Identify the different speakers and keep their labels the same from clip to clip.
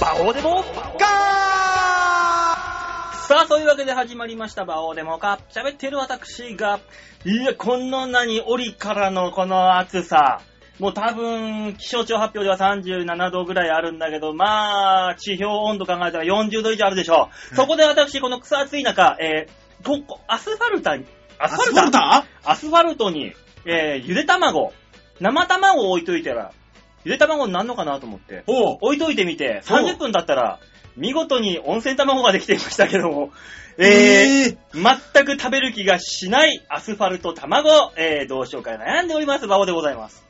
Speaker 1: バオデモカーさあ、そういうわけで始まりました、バオデモカー。喋ってる私が、いや、この何、折からのこの暑さ。もう多分、気象庁発表では37度ぐらいあるんだけど、まあ、地表温度考えたら40度以上あるでしょう。そこで私、この草暑い中、えー、ここ、アスファルタに、ア
Speaker 2: アスファルタ
Speaker 1: アスファルトに、えー、ゆで卵、生卵を置いといたら、ゆで卵になるのかなと思って、
Speaker 2: おう
Speaker 1: 置いといてみて、
Speaker 2: そう
Speaker 1: 30分だったら、見事に温泉卵ができていましたけども、えー、
Speaker 2: え
Speaker 1: 全く食べる気がしないアスファルト卵、えー、どうしようか悩んでおります、バオでございます。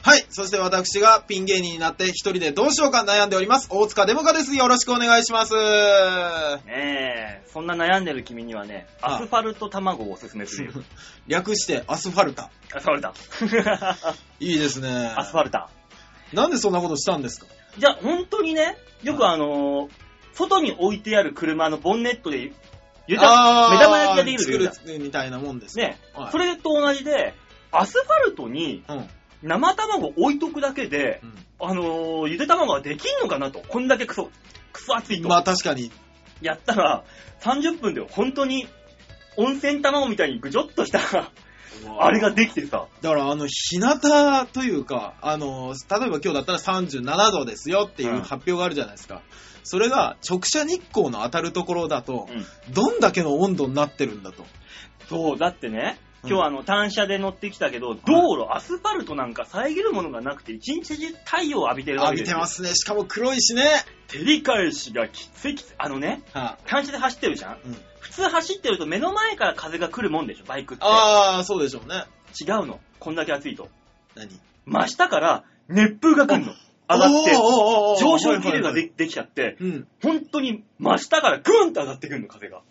Speaker 2: はい。そして私がピン芸人になって一人でどうしようか悩んでおります。大塚デモカです。よろしくお願いします。
Speaker 1: ねえ、そんな悩んでる君にはね、
Speaker 2: あ
Speaker 1: アスファルト卵をおすすめす るよ。
Speaker 2: 略してアスファルタ。
Speaker 1: アスファル タ。
Speaker 2: いいですね。
Speaker 1: アスファルタ。
Speaker 2: なんでそんなことしたんですか
Speaker 1: じゃあ、本当にね、よくあのー外に置いてある車のボンネットで、ゆた
Speaker 2: あー
Speaker 1: 目玉焼きができるで言うじ
Speaker 2: 作るみたいなもんです
Speaker 1: ゃん。ね、
Speaker 2: はい
Speaker 1: それと同じで、アスファルトに
Speaker 2: うん。
Speaker 1: 生卵置いとくだけで、あのーゆで卵ができんのかなと。こんだけクソ、クソ熱い
Speaker 2: うん
Speaker 1: と。
Speaker 2: まあ確かに。
Speaker 1: やったら、30分で本当に、温泉卵みたいにぐじょっとした、あれができてさ。
Speaker 2: だからあの、日向というか、あの、例えば今日だったら37度ですよっていう
Speaker 1: うん
Speaker 2: 発表があるじゃないですか。それが直射日光の当たるところだと、
Speaker 1: うん
Speaker 2: どんだけの温度になってるんだと。
Speaker 1: そう、だってね、
Speaker 2: うん
Speaker 1: 今日あの、単車で乗ってきたけど、道路、アスファルトなんか遮るものがなくて、一日中太陽を浴びてるわ
Speaker 2: 浴
Speaker 1: け
Speaker 2: び
Speaker 1: です
Speaker 2: て
Speaker 1: よ
Speaker 2: ますね。しかも黒いしね。
Speaker 1: 照り返しがきついきつい。あのね、
Speaker 2: は
Speaker 1: 単車で走ってるじゃん
Speaker 2: いうん、
Speaker 1: 普通走ってると目の前から風が来るもんでしょ、バイクって。
Speaker 2: ああ、そうでしょうね。
Speaker 1: 違うの。こんだけ暑いと。
Speaker 2: 何
Speaker 1: 真下から熱風が来るの。上がって、
Speaker 2: て
Speaker 1: 上昇気流が
Speaker 2: き
Speaker 1: でできちゃって、
Speaker 2: うん。
Speaker 1: 本当に真下からグーンと上がってくるの、風が。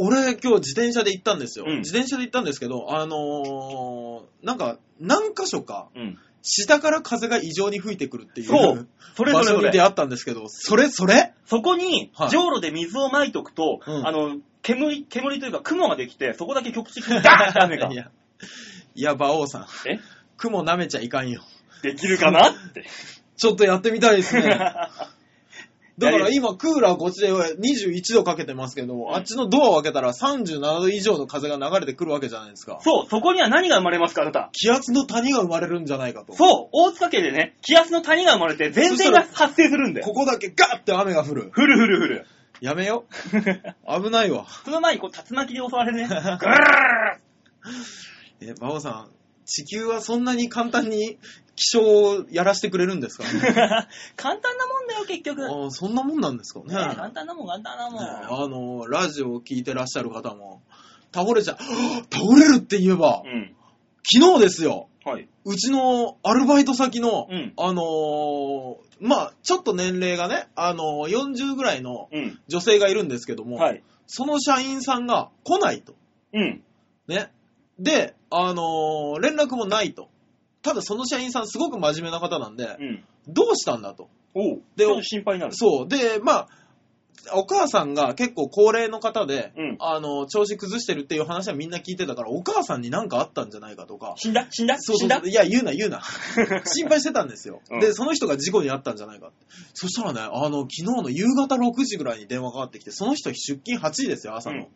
Speaker 2: 俺今日自転車で行ったんですよ。
Speaker 1: うん
Speaker 2: 自転車で行ったんですけど、あのー、なんか、何箇所か、
Speaker 1: うん。
Speaker 2: 下から風が異常に吹いてくるっていう。
Speaker 1: そうそれぞ
Speaker 2: 場
Speaker 1: れ
Speaker 2: 所
Speaker 1: そ
Speaker 2: に
Speaker 1: れ
Speaker 2: 出会ったんですけど、それそれ
Speaker 1: そこに
Speaker 2: はい、
Speaker 1: 上路で水をまいとくと、
Speaker 2: うん
Speaker 1: あの、煙、煙というか雲ができて、そこだけ局地的 にダーッて雨が
Speaker 2: い。や、いや、馬王さん。
Speaker 1: え
Speaker 2: 雲舐めちゃいかんよ。
Speaker 1: できるかなって。
Speaker 2: ちょっとやってみたい ですね。だから
Speaker 1: やり
Speaker 2: 今、クーラーこっちで21度かけてますけど、
Speaker 1: ん
Speaker 2: あっちのドアを開けたら37度以上の風が流れてくるわけじゃないです か。
Speaker 1: そう、そこには何が生まれますか、あなた。
Speaker 2: 気圧の谷が生まれるんじゃないかと。
Speaker 1: そう、大塚家でね、気圧の谷が生まれて、前線が発生するんだよ。
Speaker 2: ここだけガーって雨が降る。
Speaker 1: ふるふる
Speaker 2: やめよ。
Speaker 1: ふる。
Speaker 2: 危ないわ。
Speaker 1: その前にこう、竜巻で襲われ るね。ぐーっ
Speaker 2: え、馬王さん、地球はそんなに簡単に気象をやらせてくれるんですか
Speaker 1: 簡単なもんだよ、結局。ね
Speaker 2: あーそんなもんなんですかね。
Speaker 1: え簡単なもん、簡単なも
Speaker 2: ね
Speaker 1: ん。
Speaker 2: あの、ラジオを聞いてらっしゃる方も、倒れちゃ、 倒れるって言えば、
Speaker 1: うん。
Speaker 2: 昨日ですよ、
Speaker 1: はい。
Speaker 2: うちのアルバイト先の、
Speaker 1: うん
Speaker 2: あのーまあちょっと年齢がね、あのー40ぐらいの
Speaker 1: うん。
Speaker 2: 女性がいるんですけども、
Speaker 1: はい。
Speaker 2: その社員さんが来ないと。
Speaker 1: うん。
Speaker 2: ね。で、あのー連絡もないと。ただその社員さんすごく真面目な方なんで、
Speaker 1: うん。
Speaker 2: どうしたんだと。
Speaker 1: おう。
Speaker 2: で
Speaker 1: ちょっと心配になる。
Speaker 2: そう。で、まあ、お母さんが結構高齢の方で、
Speaker 1: うん
Speaker 2: あの、調子崩してるっていう話はみんな聞いてたから、お母さんに何かあったんじゃないかとか。
Speaker 1: 死んだ死んだ
Speaker 2: そう
Speaker 1: 死
Speaker 2: そ
Speaker 1: ん
Speaker 2: う
Speaker 1: だ
Speaker 2: そう。いや、言うな、言 うな。心配してたんですよ。
Speaker 1: うん
Speaker 2: で、その人が事故に遭ったんじゃないかって。そしたらね、あの、昨日の夕方6時ぐらいに電話かかってきて、その人出勤8時ですよ、朝の。
Speaker 1: うん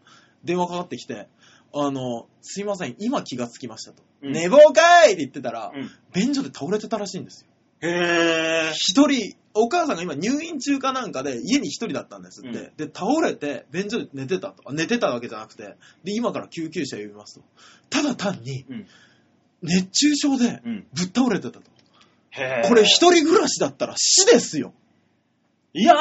Speaker 2: 電話かかってきて、あの、すいません、今気がつきましたと。
Speaker 1: うん
Speaker 2: 寝坊かいって言ってたら、
Speaker 1: うん
Speaker 2: 便所で倒れてたらしいんですよ。
Speaker 1: へぇ
Speaker 2: 一人、お母さんが今入院中かなんかで家に一人だったんですって。
Speaker 1: うん
Speaker 2: で、倒れて、便所で寝てたと。あ寝てたわけじゃなくて、で、今から救急車呼びますと。ただ単に、
Speaker 1: うん
Speaker 2: 熱中症で
Speaker 1: うん。
Speaker 2: ぶっ倒れてたと。
Speaker 1: へ
Speaker 2: これ一人暮らしだったら死ですよ。
Speaker 1: いやー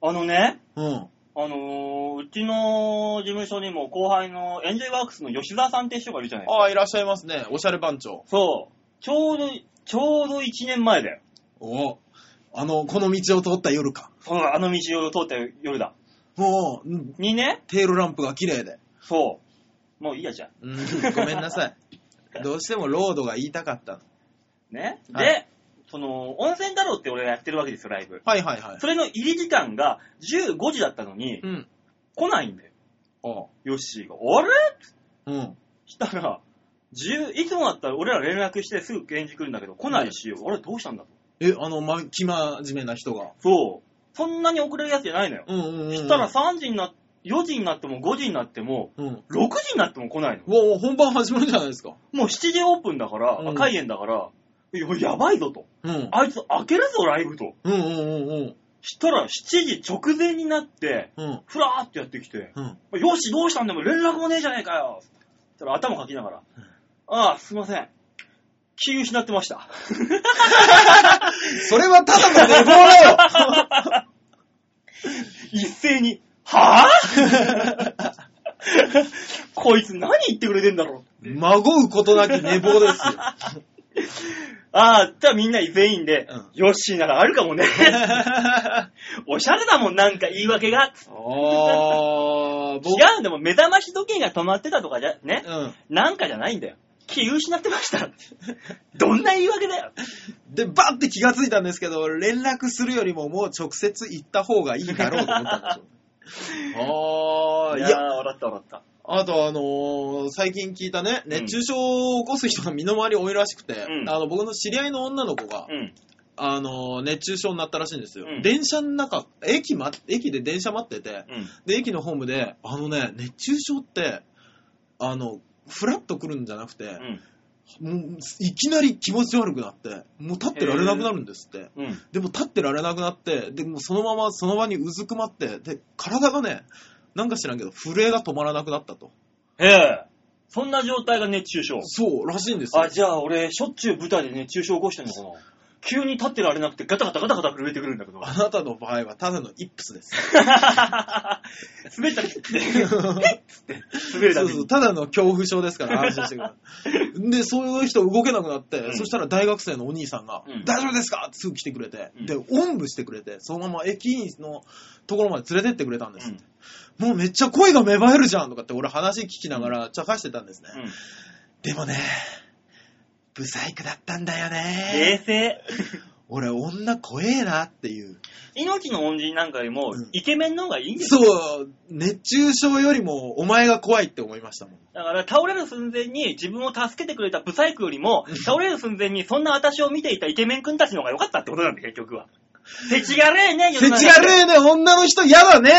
Speaker 1: あのね、
Speaker 2: うん。
Speaker 1: あのー、うちの事務所にも後輩のエンジョイワークスの吉沢さんって人がいるじゃないですか。
Speaker 2: ああ、いらっしゃいますね。おしゃれ番長。
Speaker 1: そう。ちょうど、ちょうど1年前だよ。
Speaker 2: おあの、この道を通った夜か。
Speaker 1: そうあの道を通った夜だ。
Speaker 2: もう、うん
Speaker 1: にね、
Speaker 2: テールランプが綺麗で。
Speaker 1: そう。もういいやじゃあ
Speaker 2: うん、ごめんなさい。どうしてもロードが言いたかったの。
Speaker 1: ね。で、
Speaker 2: はい
Speaker 1: その、温泉だろうって俺がやってるわけですよ、ライブ。
Speaker 2: はいはいはい。
Speaker 1: それの入り時間が15時だったのに、
Speaker 2: うん。
Speaker 1: 来ないんだよ。
Speaker 2: あ
Speaker 1: ヨッシーが。あれ
Speaker 2: うん。
Speaker 1: したら、10いつもだったら俺ら連絡してすぐ返事来るんだけど、来ないし、あれどうしたんだと。
Speaker 2: え、あの、ま、生真面目な人が。
Speaker 1: そう。そんなに遅れるやつじゃないのよ。
Speaker 2: うんうんうん。
Speaker 1: そしたら、3時にな、4時になっても5時になっても、
Speaker 2: うん。
Speaker 1: 6時になっても来ないの。
Speaker 2: もう本番始まるじゃないですか。
Speaker 1: もう7時オープンだから、
Speaker 2: うん
Speaker 1: あ開演だから、いややばいぞと。
Speaker 2: うん。
Speaker 1: あいつ開けるぞ、ライブと。
Speaker 2: うんうんうんうん。
Speaker 1: したら7時直前になって、
Speaker 2: うん。
Speaker 1: ふらーってやってきて、
Speaker 2: うん。
Speaker 1: よし、どうしたんだよ、連絡もねえじゃねえかよ。そしたら頭かきながら、
Speaker 2: うん
Speaker 1: ああ、すいません。気失ってました。
Speaker 2: それはただの寝坊だよ
Speaker 1: 一斉に、はぁ こいつ何言ってくれてんだろう。
Speaker 2: まごうことなき寝坊ですよ。
Speaker 1: ああ、じゃあみんな全員で、
Speaker 2: うん
Speaker 1: ヨッシーならあるかも ね。おしゃれだもん、なんか言い訳が。
Speaker 2: あー、僕、
Speaker 1: 違う、でも目覚まし時計が止まってたとかじゃ、ね、
Speaker 2: うん。
Speaker 1: なんかじゃないんだよ。気失ってま した。どんな言い訳だよ。
Speaker 2: で、バッて気がついたんですけど、連絡するよりももう直接行った方がいいだろうと思ったんでし ょうね。あー、い
Speaker 1: いや
Speaker 2: や、
Speaker 1: ー、笑った笑った。
Speaker 2: あとあのー最近聞いたね、熱中症を起こす人が身の回り多いらしくて、
Speaker 1: うん
Speaker 2: あの、僕の知り合いの女の子が、
Speaker 1: うん。
Speaker 2: あのー熱中症になったらしいんですよ。
Speaker 1: うん
Speaker 2: 電車の中、駅ま、駅で電車待ってて、
Speaker 1: うん。
Speaker 2: で、駅のホームで、あのね、熱中症って、あの、フラッと来るんじゃなくて、
Speaker 1: うん。
Speaker 2: もういきなり気持ち悪くなって、もう立ってられなくなるんですって。
Speaker 1: うん。
Speaker 2: でも立ってられなくなって、でもうそのままその場にうずくまって、で、体がね、なんか知らんけど、震えが止まらなくなったと。
Speaker 1: へえ。そんな状態が熱中症。
Speaker 2: そう、らしいんですよ。
Speaker 1: あ、じゃあ俺、しょっちゅう舞台で熱中症起こしてんのかな。急に立ってられなくてガタガタガタガタ震えてくるんだ けど。
Speaker 2: あなたの場合はただのイップスです。
Speaker 1: 滑ったりって、滑るた
Speaker 2: そう
Speaker 1: び
Speaker 2: そう、
Speaker 1: に。
Speaker 2: ただの恐怖症ですから、安心してください。で、そういう人動けなくなって、
Speaker 1: うん
Speaker 2: そしたら大学生のお兄さんが、
Speaker 1: うん
Speaker 2: 大丈夫ですかってすぐ来てくれて、
Speaker 1: うん
Speaker 2: で、おんぶしてくれて、そのまま駅員のところまで連れてってくれたんです。
Speaker 1: うん
Speaker 2: もうめっちゃ声が芽生えるじゃんとかって俺話聞きながら茶化してたんですね。
Speaker 1: うん
Speaker 2: でもね、不細工だったんだよ
Speaker 1: 冷
Speaker 2: ね。
Speaker 1: 静。
Speaker 2: 俺女怖えなっていう。
Speaker 1: 命の恩人なんかよりも
Speaker 2: うん、
Speaker 1: イケメンの方がいいんですよ。
Speaker 2: そう、熱中症よりもお前が怖いって思いましたもん。
Speaker 1: だから、倒れる寸前に自分を助けてくれたブサイクよりも、倒れる寸前にそんな私を見ていたイケメン君たちの方が良かったってことなんで、結局は。 せちがれえね、
Speaker 2: せちがれ
Speaker 1: え
Speaker 2: えね、女の人嫌だね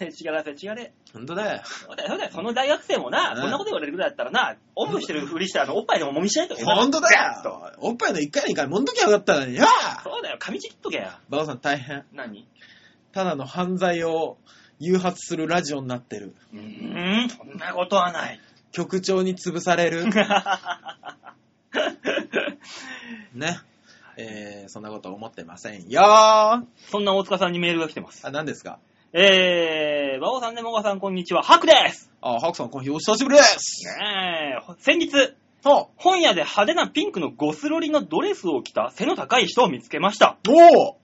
Speaker 1: せちがれえ、せちがれえ。
Speaker 2: ほんとだよ。
Speaker 1: そうだよ、そうだよ、その大学生もな、
Speaker 2: うん
Speaker 1: こんなこと言われるぐらいだったらな、おんぶしてるふりして、あの、おっぱいでも揉みしないと
Speaker 2: ほんとだ
Speaker 1: ガッと
Speaker 2: よおっぱいの一回に一回もんどきゃよかったのによ
Speaker 1: そうだよ、噛みちぎっとけや。
Speaker 2: バオさん大変。
Speaker 1: 何
Speaker 2: ただの犯罪を誘発するラジオになってる。
Speaker 1: うーん、そんなことはない。
Speaker 2: 局長に潰される。ね。えー、そんなこと思ってませんよーあ、
Speaker 1: そんな大塚さんにメールが来てます。
Speaker 2: 何ですか
Speaker 1: えー、馬王さんね、もがさん、こんにちは。ハクです
Speaker 2: あ、ハクさん、今日お久しぶりです
Speaker 1: ねえ、ほ先日、
Speaker 2: は
Speaker 1: 本屋で派手なピンクのゴスロリのドレスを着た背の高い人を見つけました。
Speaker 2: おぉ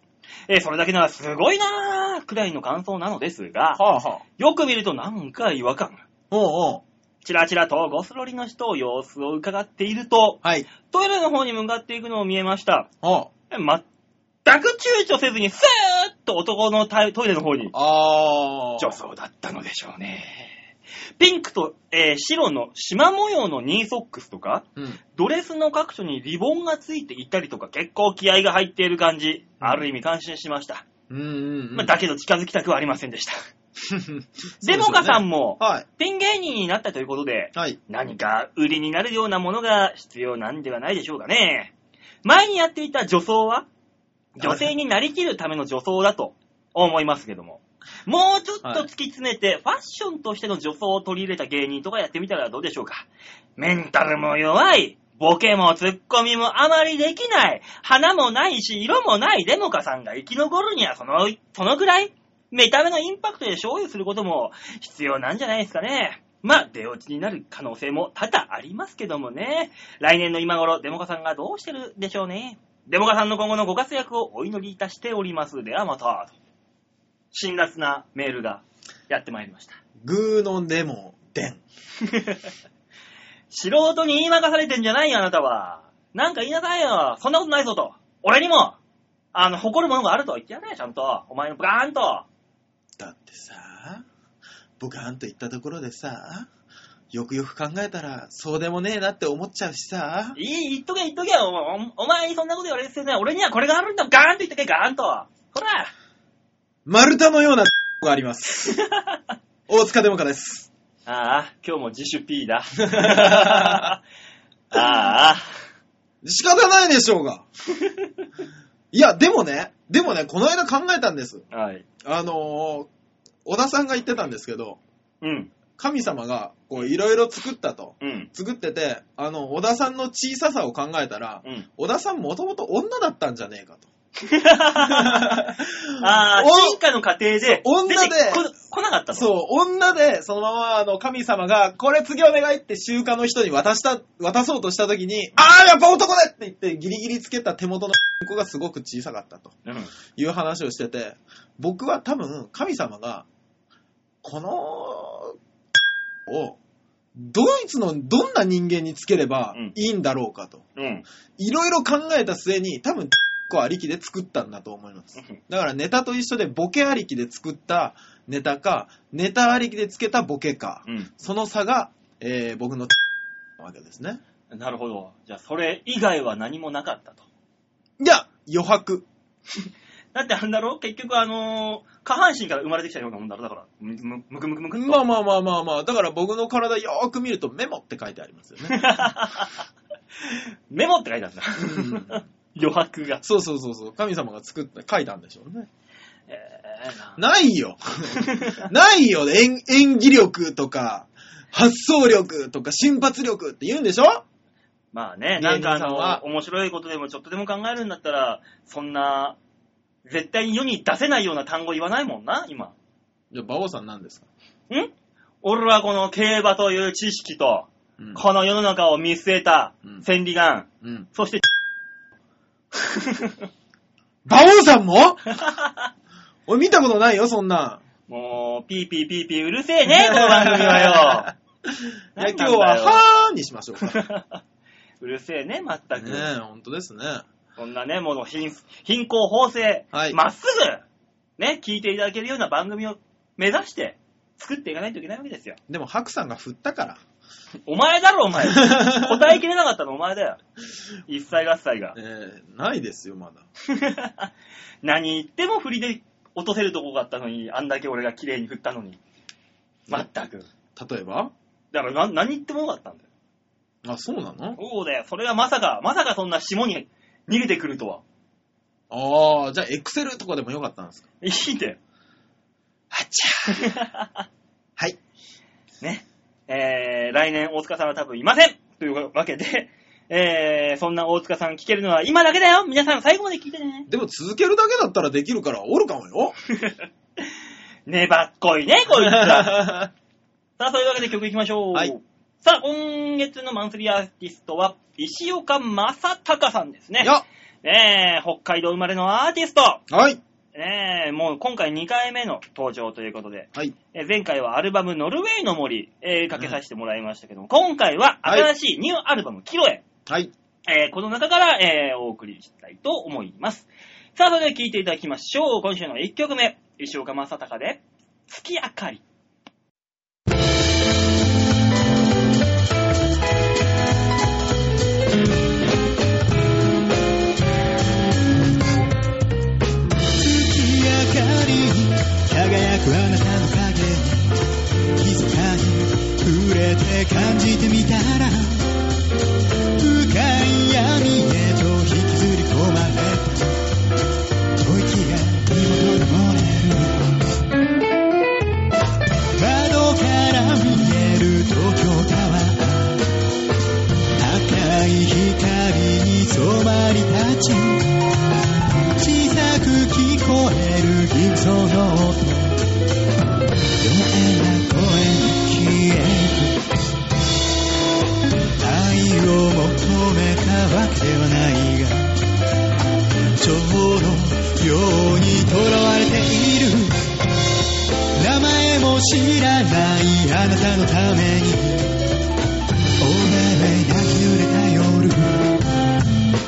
Speaker 1: えー、それだけならすごいなーくらいの感想なのですが、
Speaker 2: はぁはぁ。
Speaker 1: よく見るとなんか違和感が。
Speaker 2: おうおう
Speaker 1: チラチラとゴスロリの人を様子を伺っていると、
Speaker 2: はい。
Speaker 1: トイレの方に向かっていくのを見えました。
Speaker 2: おう
Speaker 1: 全く躊躇せずに、スーッと男のタイトイレの方に
Speaker 2: あー。
Speaker 1: 女装だったのでしょうね。ピンクと、えー白の縞模様のニーソックスとか、
Speaker 2: うん。
Speaker 1: ドレスの各所にリボンがついていたりとか、結構気合が入っている感じ、
Speaker 2: うん
Speaker 1: ある意味感心しました。
Speaker 2: うんうんうん。
Speaker 1: まあ、 だけど近づきたくはありませんでした。デモカ
Speaker 2: カ
Speaker 1: さんも、
Speaker 2: はい。
Speaker 1: ピン芸人になったということで、
Speaker 2: はい。
Speaker 1: 何か売りになるようなものが必要なんではないでしょうかね。前にやっていた女装は、女性になりきるための女装だと思いますけども。もうちょっと突き詰めて、ファッションとしての女装を取り入れた芸人とかやってみたらどうでしょうか。メンタルも弱い。ボケもツッコミもあまりできない。花もないし、色もないデモカさんが生き残るにはその、そのくらい見た目のインパクトで勝利することも必要なんじゃないですかね。まあ、出落ちになる可能性も多々ありますけどもね。来年の今頃、デモカさんがどうしてるでしょうね。デモカさんの今後のご活躍をお祈りいたしております。ではまた。辛辣なメールがやってまいりました。
Speaker 2: グーのデモ、デン。
Speaker 1: 素人に言い任されてんじゃないよ、あなたは。なんか言いなさいよ。そんなことないぞと。俺にも、あの、誇るものがあると言ってやれよ、ちゃんと。お前のブカーンと。
Speaker 2: だってさ、ボカーンと言ったところでさ、よくよく考えたら、そうでもねえなって思っちゃうしさ。
Speaker 1: いい、言っとけ、言っとけよ。おおお前にそんなこと言われる必要ない。俺にはこれがあるんだ、ガーンと言っとけ、ガーンと。ほら。
Speaker 2: 丸太のようながあります。大塚デモカです。
Speaker 1: ああ、今日も自主 P だ。 ああ、
Speaker 2: 仕方ないでしょうが。いや、でもね、でもね、この間考えたんです。
Speaker 1: はい。
Speaker 2: あのー小田さんが言ってたんですけど、
Speaker 1: うん、
Speaker 2: 神様が、こう、いろいろ作ったと。
Speaker 1: うん、
Speaker 2: 作ってて、あの、小田さんの小ささを考えた ら、
Speaker 1: うん。
Speaker 2: 小田さんもともと女だったんじゃねえかと。
Speaker 1: ああ、
Speaker 2: お
Speaker 1: 進化の過程で、
Speaker 2: 女で
Speaker 1: 出てこ来なかったのう。
Speaker 2: そう、女で、そのまま、あの、神様が、これ次お願いって習慣の人に渡した、渡そうとした時に、あー、やっぱ男だって言って、ギリギリつけた手元の子がすごく小さかったと
Speaker 1: うん、
Speaker 2: いう話をしてて、僕は多分、神様が、この、を、ドイツのどんな人間につければ
Speaker 1: うん
Speaker 2: いいんだろうかと。
Speaker 1: うん、
Speaker 2: いろいろ考えた末に、多分、個ありきで作ったんだと思います。だからネタと一緒でボケありきで作ったネタか、ネタありきでつけたボケか、
Speaker 1: うん。
Speaker 2: その差が、えー僕のなわけですね。
Speaker 1: なるほど。じゃあ、それ以外は何もなかったと。
Speaker 2: いや、余白。
Speaker 1: だってあんだろ結局あのー下半身から生まれてきたようなもんだろだから、むむむくむくむくっと。
Speaker 2: まあまあまあまあまあ、だから僕の体よーく見るとメモって書いてありますよね。
Speaker 1: メモって書いてあるんだ。
Speaker 2: うん
Speaker 1: 余白が。
Speaker 2: そうそうそうそう、神様が作った、書いたんでしょうね。
Speaker 1: えーな
Speaker 2: ないよ。ないよ、演演技力とか、発想力とか、瞬発力って言うんでしょ
Speaker 1: まあね、なんかあ
Speaker 2: 芸人さんは
Speaker 1: の、面白いことでもちょっとでも考えるんだったら、そんな、絶対に世に出せないような単語言わないもんな、今。
Speaker 2: じゃあ、馬王さん何ですか、
Speaker 1: ん俺はこの競馬という知識と、
Speaker 2: うん
Speaker 1: この世の中を見据えた
Speaker 2: うん
Speaker 1: 千里眼、
Speaker 2: うん。
Speaker 1: そ して、
Speaker 2: 馬王さん も俺見たことないよ、そんなん。
Speaker 1: もう、ピーピーピーピーうるせえ ね、この番組はよ。
Speaker 2: いや、
Speaker 1: 何なんだ
Speaker 2: 今
Speaker 1: よ
Speaker 2: 日は、はーにしまし ょうか。ね
Speaker 1: うるせえね、まったく。
Speaker 2: え、ほんとですね。
Speaker 1: そんなね、もう貧貧困法制、
Speaker 2: はい
Speaker 1: まっすぐ、ね、聞いていただけるような番組を目指して、作っていかないといけないわけですよ。
Speaker 2: でも、白さんが振ったから。
Speaker 1: お前だろ、お 前。答えきれなかったのお前だよ。一切合切が。
Speaker 2: えーないですよ、まだ。
Speaker 1: 何言っても振りで落とせるとこがあったのに、あんだけ俺が綺麗に振ったのに。まったく。
Speaker 2: 例えば
Speaker 1: だからな何言ってもよかったんだよ。
Speaker 2: あ、そうなの
Speaker 1: そうだよ。それがまさか、まさかそんな下に逃げてくるとは。
Speaker 2: ああ、じゃあ、エクセルとかでもよかったんですか
Speaker 1: いいんだよ。
Speaker 2: あっちゃー はい。
Speaker 1: ね。えー、来年大塚さんは多分いませんというわけで、えー、そんな大塚さん聞けるのは今だけだよ皆さん最後まで聞いてね。
Speaker 2: でも、続けるだけだったらできるから、おるかもよ。
Speaker 1: 粘っこいね、こいつら。 さあ、そういうわけで曲いきましょう。
Speaker 2: はい
Speaker 1: さあ、今月のマンスリーアーティストは、石岡正隆さんですね。
Speaker 2: よ
Speaker 1: ねえ、北海道生まれのアーティスト。
Speaker 2: はい。
Speaker 1: ねえ、もう今回2回目の登場ということで、
Speaker 2: はい。
Speaker 1: え前回はアルバムノルウェイの森、えーかけさせてもらいましたけども、今回は新しいニューアルバム、キロエ。
Speaker 2: はい。
Speaker 1: えーこの中から、えーお送りしたいと思います。さあ、それでは聴いていただきましょう。今週の1曲目、石岡正隆で、月明かり。
Speaker 3: 月明かりに輝くあなたの影静かに触れて感じてみたら深い闇へと引きずり込まれた吐息が身元に漏れる窓から見える東京タワー赤い光に染まり立ち小さく聞こえる銀座の音妖艶な声に消えく愛を求めたわけはないが蝶のように囚われている名前も知らないあなたのためにお前は泣き濡れた夜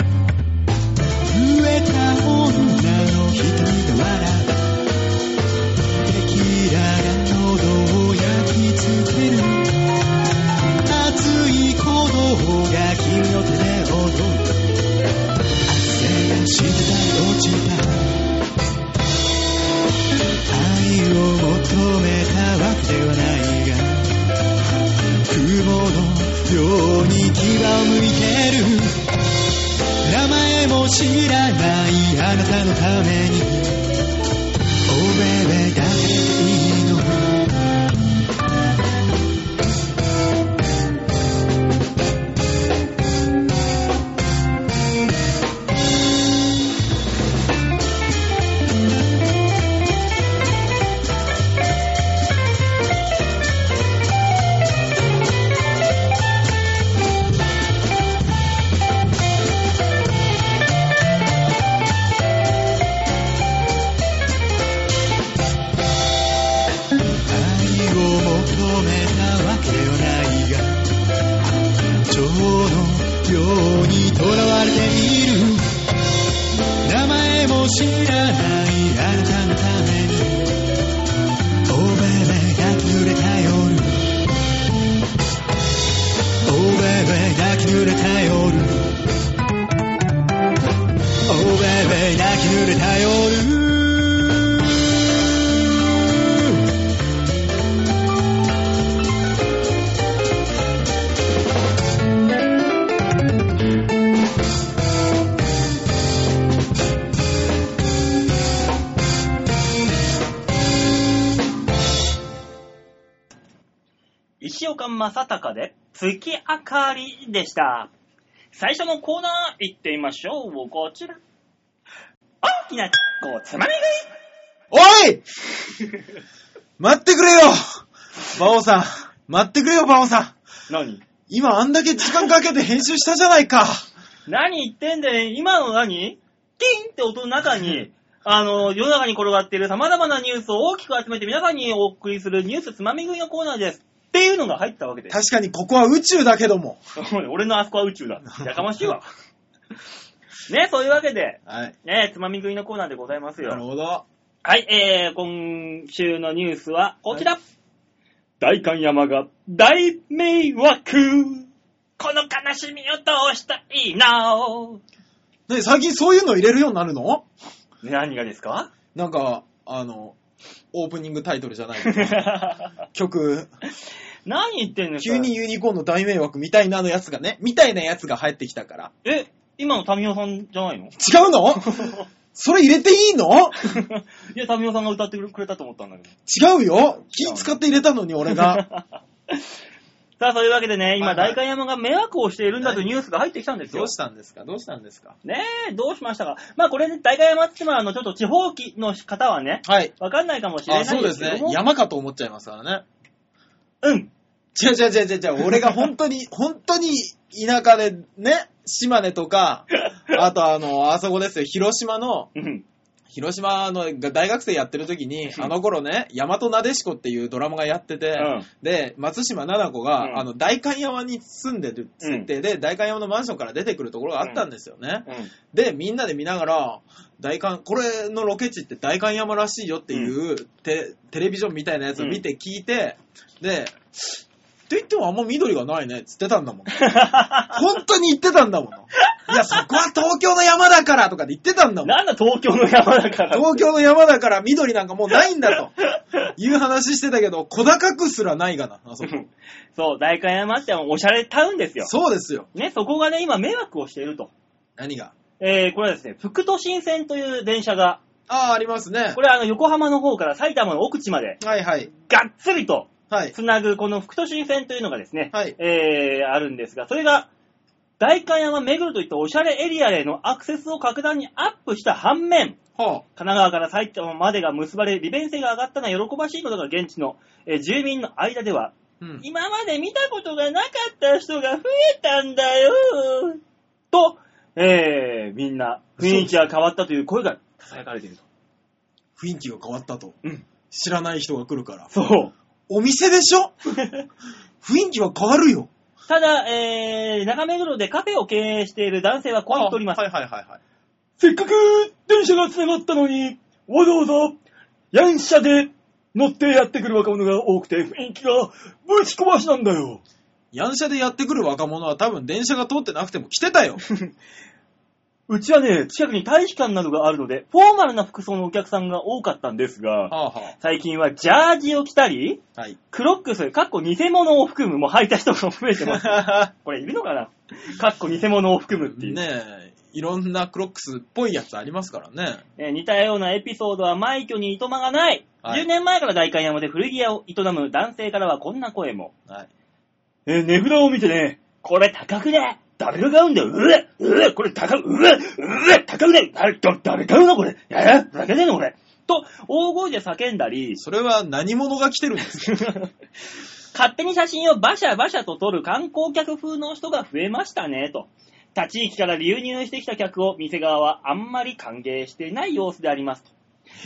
Speaker 3: 増えた女の瞳が笑うテキーラが喉を焼きつける熱い鼓動が聞止めたわけではないが雲のように牙を向いてる名前も知らないあなたのためにおべべだけでいいの愛を求めたわけではないが蝶のように囚われている名前も知らないあなたのためにおべべが濡れた夜おべべが濡れた夜おべべが濡れた夜
Speaker 1: 石岡正隆で月明かりでした。最初のコーナー行ってみましょう。こちら。大きなチッコをつまみ
Speaker 2: お い待ってくれよ馬王さん待ってくれよ馬王さん
Speaker 1: 食い
Speaker 2: 今あんだけ時間かけて編集したじゃないか
Speaker 1: 何何言ってんだよ。今の何ティンって音の中に、あの、世の中に転がっている様々なニュースを大きく集めて皆さんにお送りするニュースつまみ食いのコーナーです。っていうのが入ったわけです。
Speaker 2: 確かにここは宇宙だけども。
Speaker 1: 俺のあそこは宇宙だ。やかましい わ。ね、そういうわけで、
Speaker 2: はい。
Speaker 1: ね、つまみ食いのコーナーでございますよ。
Speaker 2: なるほど。
Speaker 1: はい、えー、今週のニュースはこちら。大観山が大迷惑。この悲しみをどうしたいの
Speaker 2: ね、最近そういうの入れるようになるの
Speaker 1: 何がですか
Speaker 2: なんか、あの、オープニングタイトルじゃない 曲、
Speaker 1: 何言ってんの
Speaker 2: 急に。ユニコーンの大迷惑みたいなのやつがね、みたいなやつが入ってきたから。
Speaker 1: え、今のタミオさんじゃないの
Speaker 2: 違うのそれ入れていいの
Speaker 1: いや、タミオさんが歌ってくれたと思ったんだけど。
Speaker 2: 違うよ気使って入れたのに俺が。
Speaker 1: さあ、そういうわけでね、今、
Speaker 2: はいはい
Speaker 1: 代官山が迷惑をしているんだというニュースが入ってきたんですよ。
Speaker 2: どうしたんですかどうしたんですか
Speaker 1: ねえ、どうしましたか。まあ、これで代官山って言っても、あの、ちょっと地方機の方はね、
Speaker 2: はい。
Speaker 1: わかんないかもしれない
Speaker 2: あ、
Speaker 1: です
Speaker 2: そう
Speaker 1: け
Speaker 2: です
Speaker 1: ど
Speaker 2: ね
Speaker 1: も。。
Speaker 2: 山かと思っちゃいますからね。
Speaker 1: うん。
Speaker 2: 違う違う違う違う違う、俺が本当 に、本当に田舎でね、島根とか、あとあの、あそこですよ、広島の、
Speaker 1: うん。
Speaker 2: 広島のが大学生やってる時に、
Speaker 1: ん
Speaker 2: あの頃ね、大和なでしこっていうドラマがやってて、
Speaker 1: うん
Speaker 2: で、松島菜々子が、
Speaker 1: うん
Speaker 2: あの、代官山に住んでる設定で、代官山のマンションから出てくるところがあったんですよね。で、みんなで見ながら、大官、これのロケ地って大官山らしいよっていう、テテレビジョンみたいなやつを見て聞いて、で、って言ってもあんま緑がないねっつってたんだもん。本当に言ってたんだもん。いや、そこは東京の山だからとかで言ってたんだもん。
Speaker 1: なんだ 東京の山だから。
Speaker 2: 東京の山だから緑なんかもうないんだという話してたけど、小高くすらないがな、あそこ。
Speaker 1: そう、代官山っておしゃれタウンですよ。
Speaker 2: そうですよ。
Speaker 1: ね、そこがね、今迷惑をしていると。
Speaker 2: 何が
Speaker 1: えー、これはですね、福都新線という電車が、
Speaker 2: ああ、ありますね
Speaker 1: こ。れはあの横浜の方から埼玉の奥地まで、
Speaker 2: はいはい。
Speaker 1: がっつりと
Speaker 2: はい。
Speaker 1: つなぐこの福都新線というのがですね、
Speaker 2: はい
Speaker 1: えー、あるんですが、それが、代官山巡るといったおしゃれエリアへのアクセスを格段にアップした反面、
Speaker 2: は
Speaker 1: 神奈川から埼玉までが結ばれ、利便性が上がったのは喜ばしいことが現地の、えー住民の間では、
Speaker 2: あ。うん。
Speaker 1: 今まで見たことがなかった人が増えたんだよと、えー、みんな、雰囲気が変わったという声が囁かれていると。
Speaker 2: 雰囲気が変わったと。
Speaker 1: うん。
Speaker 2: 知らない人が来るから。
Speaker 1: そう。
Speaker 2: お店でしょ 雰囲気は変わるよ。
Speaker 1: ただ、えー、中目黒でカフェを経営している男性はこう言っております。
Speaker 2: いはいはいはい。
Speaker 1: せっかく電車が繋がったのに、わざわざ、ヤン車で乗ってやってくる若者が多くて、雰囲気がぶち壊しなんだよ。
Speaker 2: ヤンシャでやってくる若者は多分電車が通ってなくても来てたよ。
Speaker 1: うちはね、近くに大使館などがあるので、フォーマルな服装のお客さんが多かったんですが、
Speaker 2: はあは
Speaker 1: 最近はジャージを着たり、
Speaker 2: あ。はい。
Speaker 1: クロックス、かっこ偽物を含む、もう履いた人が増えてます。 これいるのかなかっこ偽物を含むっていう。
Speaker 2: ねえ、いろんなクロックスっぽいやつありますからね。
Speaker 1: えー似たようなエピソードは枚挙にいとまがない。
Speaker 2: はい
Speaker 1: 10年前から代官山で古着屋を営む男性からはこんな声も。
Speaker 2: はい。
Speaker 1: えー、値札を見てね、これ高くね誰が買うんだようえうえこれ高うえうえ高くね誰だ誰買うのこれえー、ふざけてんのこれと、大声で叫んだ り、
Speaker 2: それは何者が来てるんですか。
Speaker 1: 勝手に写真をバシャバシャと撮る観光客風の人が増えましたね、と。立ち位置から流入してきた客を店側はあんまり歓迎していない様子でありますと。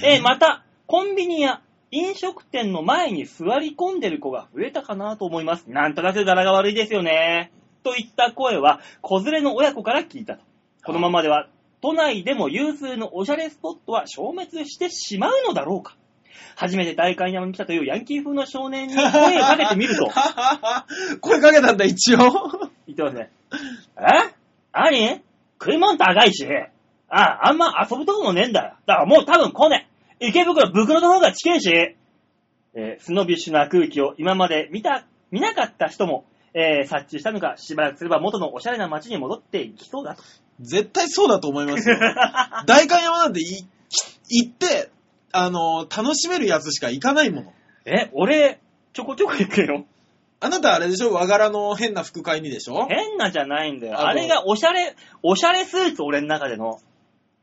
Speaker 1: えーまた、コンビニや飲食店の前に座り込んでる子が増えたかなと思います。なんとなく柄が悪いですよね。といった声は、子連れの親子から聞いたと。このままでは、都内でも有数のおしゃれスポットは消滅してしまうのだろうか。初めて大観山に来たというヤンキー風の少年に声をかけてみると
Speaker 2: 声かけたんだ、一応。
Speaker 1: 言ってますね。え何食い物高いし、あ、あんま遊ぶとこもねえんだよ。だからもう多分来ねえ。池袋、袋の方が近いし。えースノビッシュな空気を今まで見た、見なかった人も、えー察知したのか、しばらくすれば元のおしゃれな街に戻っていきそうだと。
Speaker 2: 絶対そうだと思います よ。代官山なんてい行って、あの、楽しめるやつしか行かないもの。
Speaker 1: え、俺、ちょこちょこ行くよ。
Speaker 2: あなたあれでしょ和柄の変な服買いにでしょ
Speaker 1: 変なじゃないんだよ。
Speaker 2: あの
Speaker 1: あれがおしゃれ、おしゃれスーツ、俺の中での。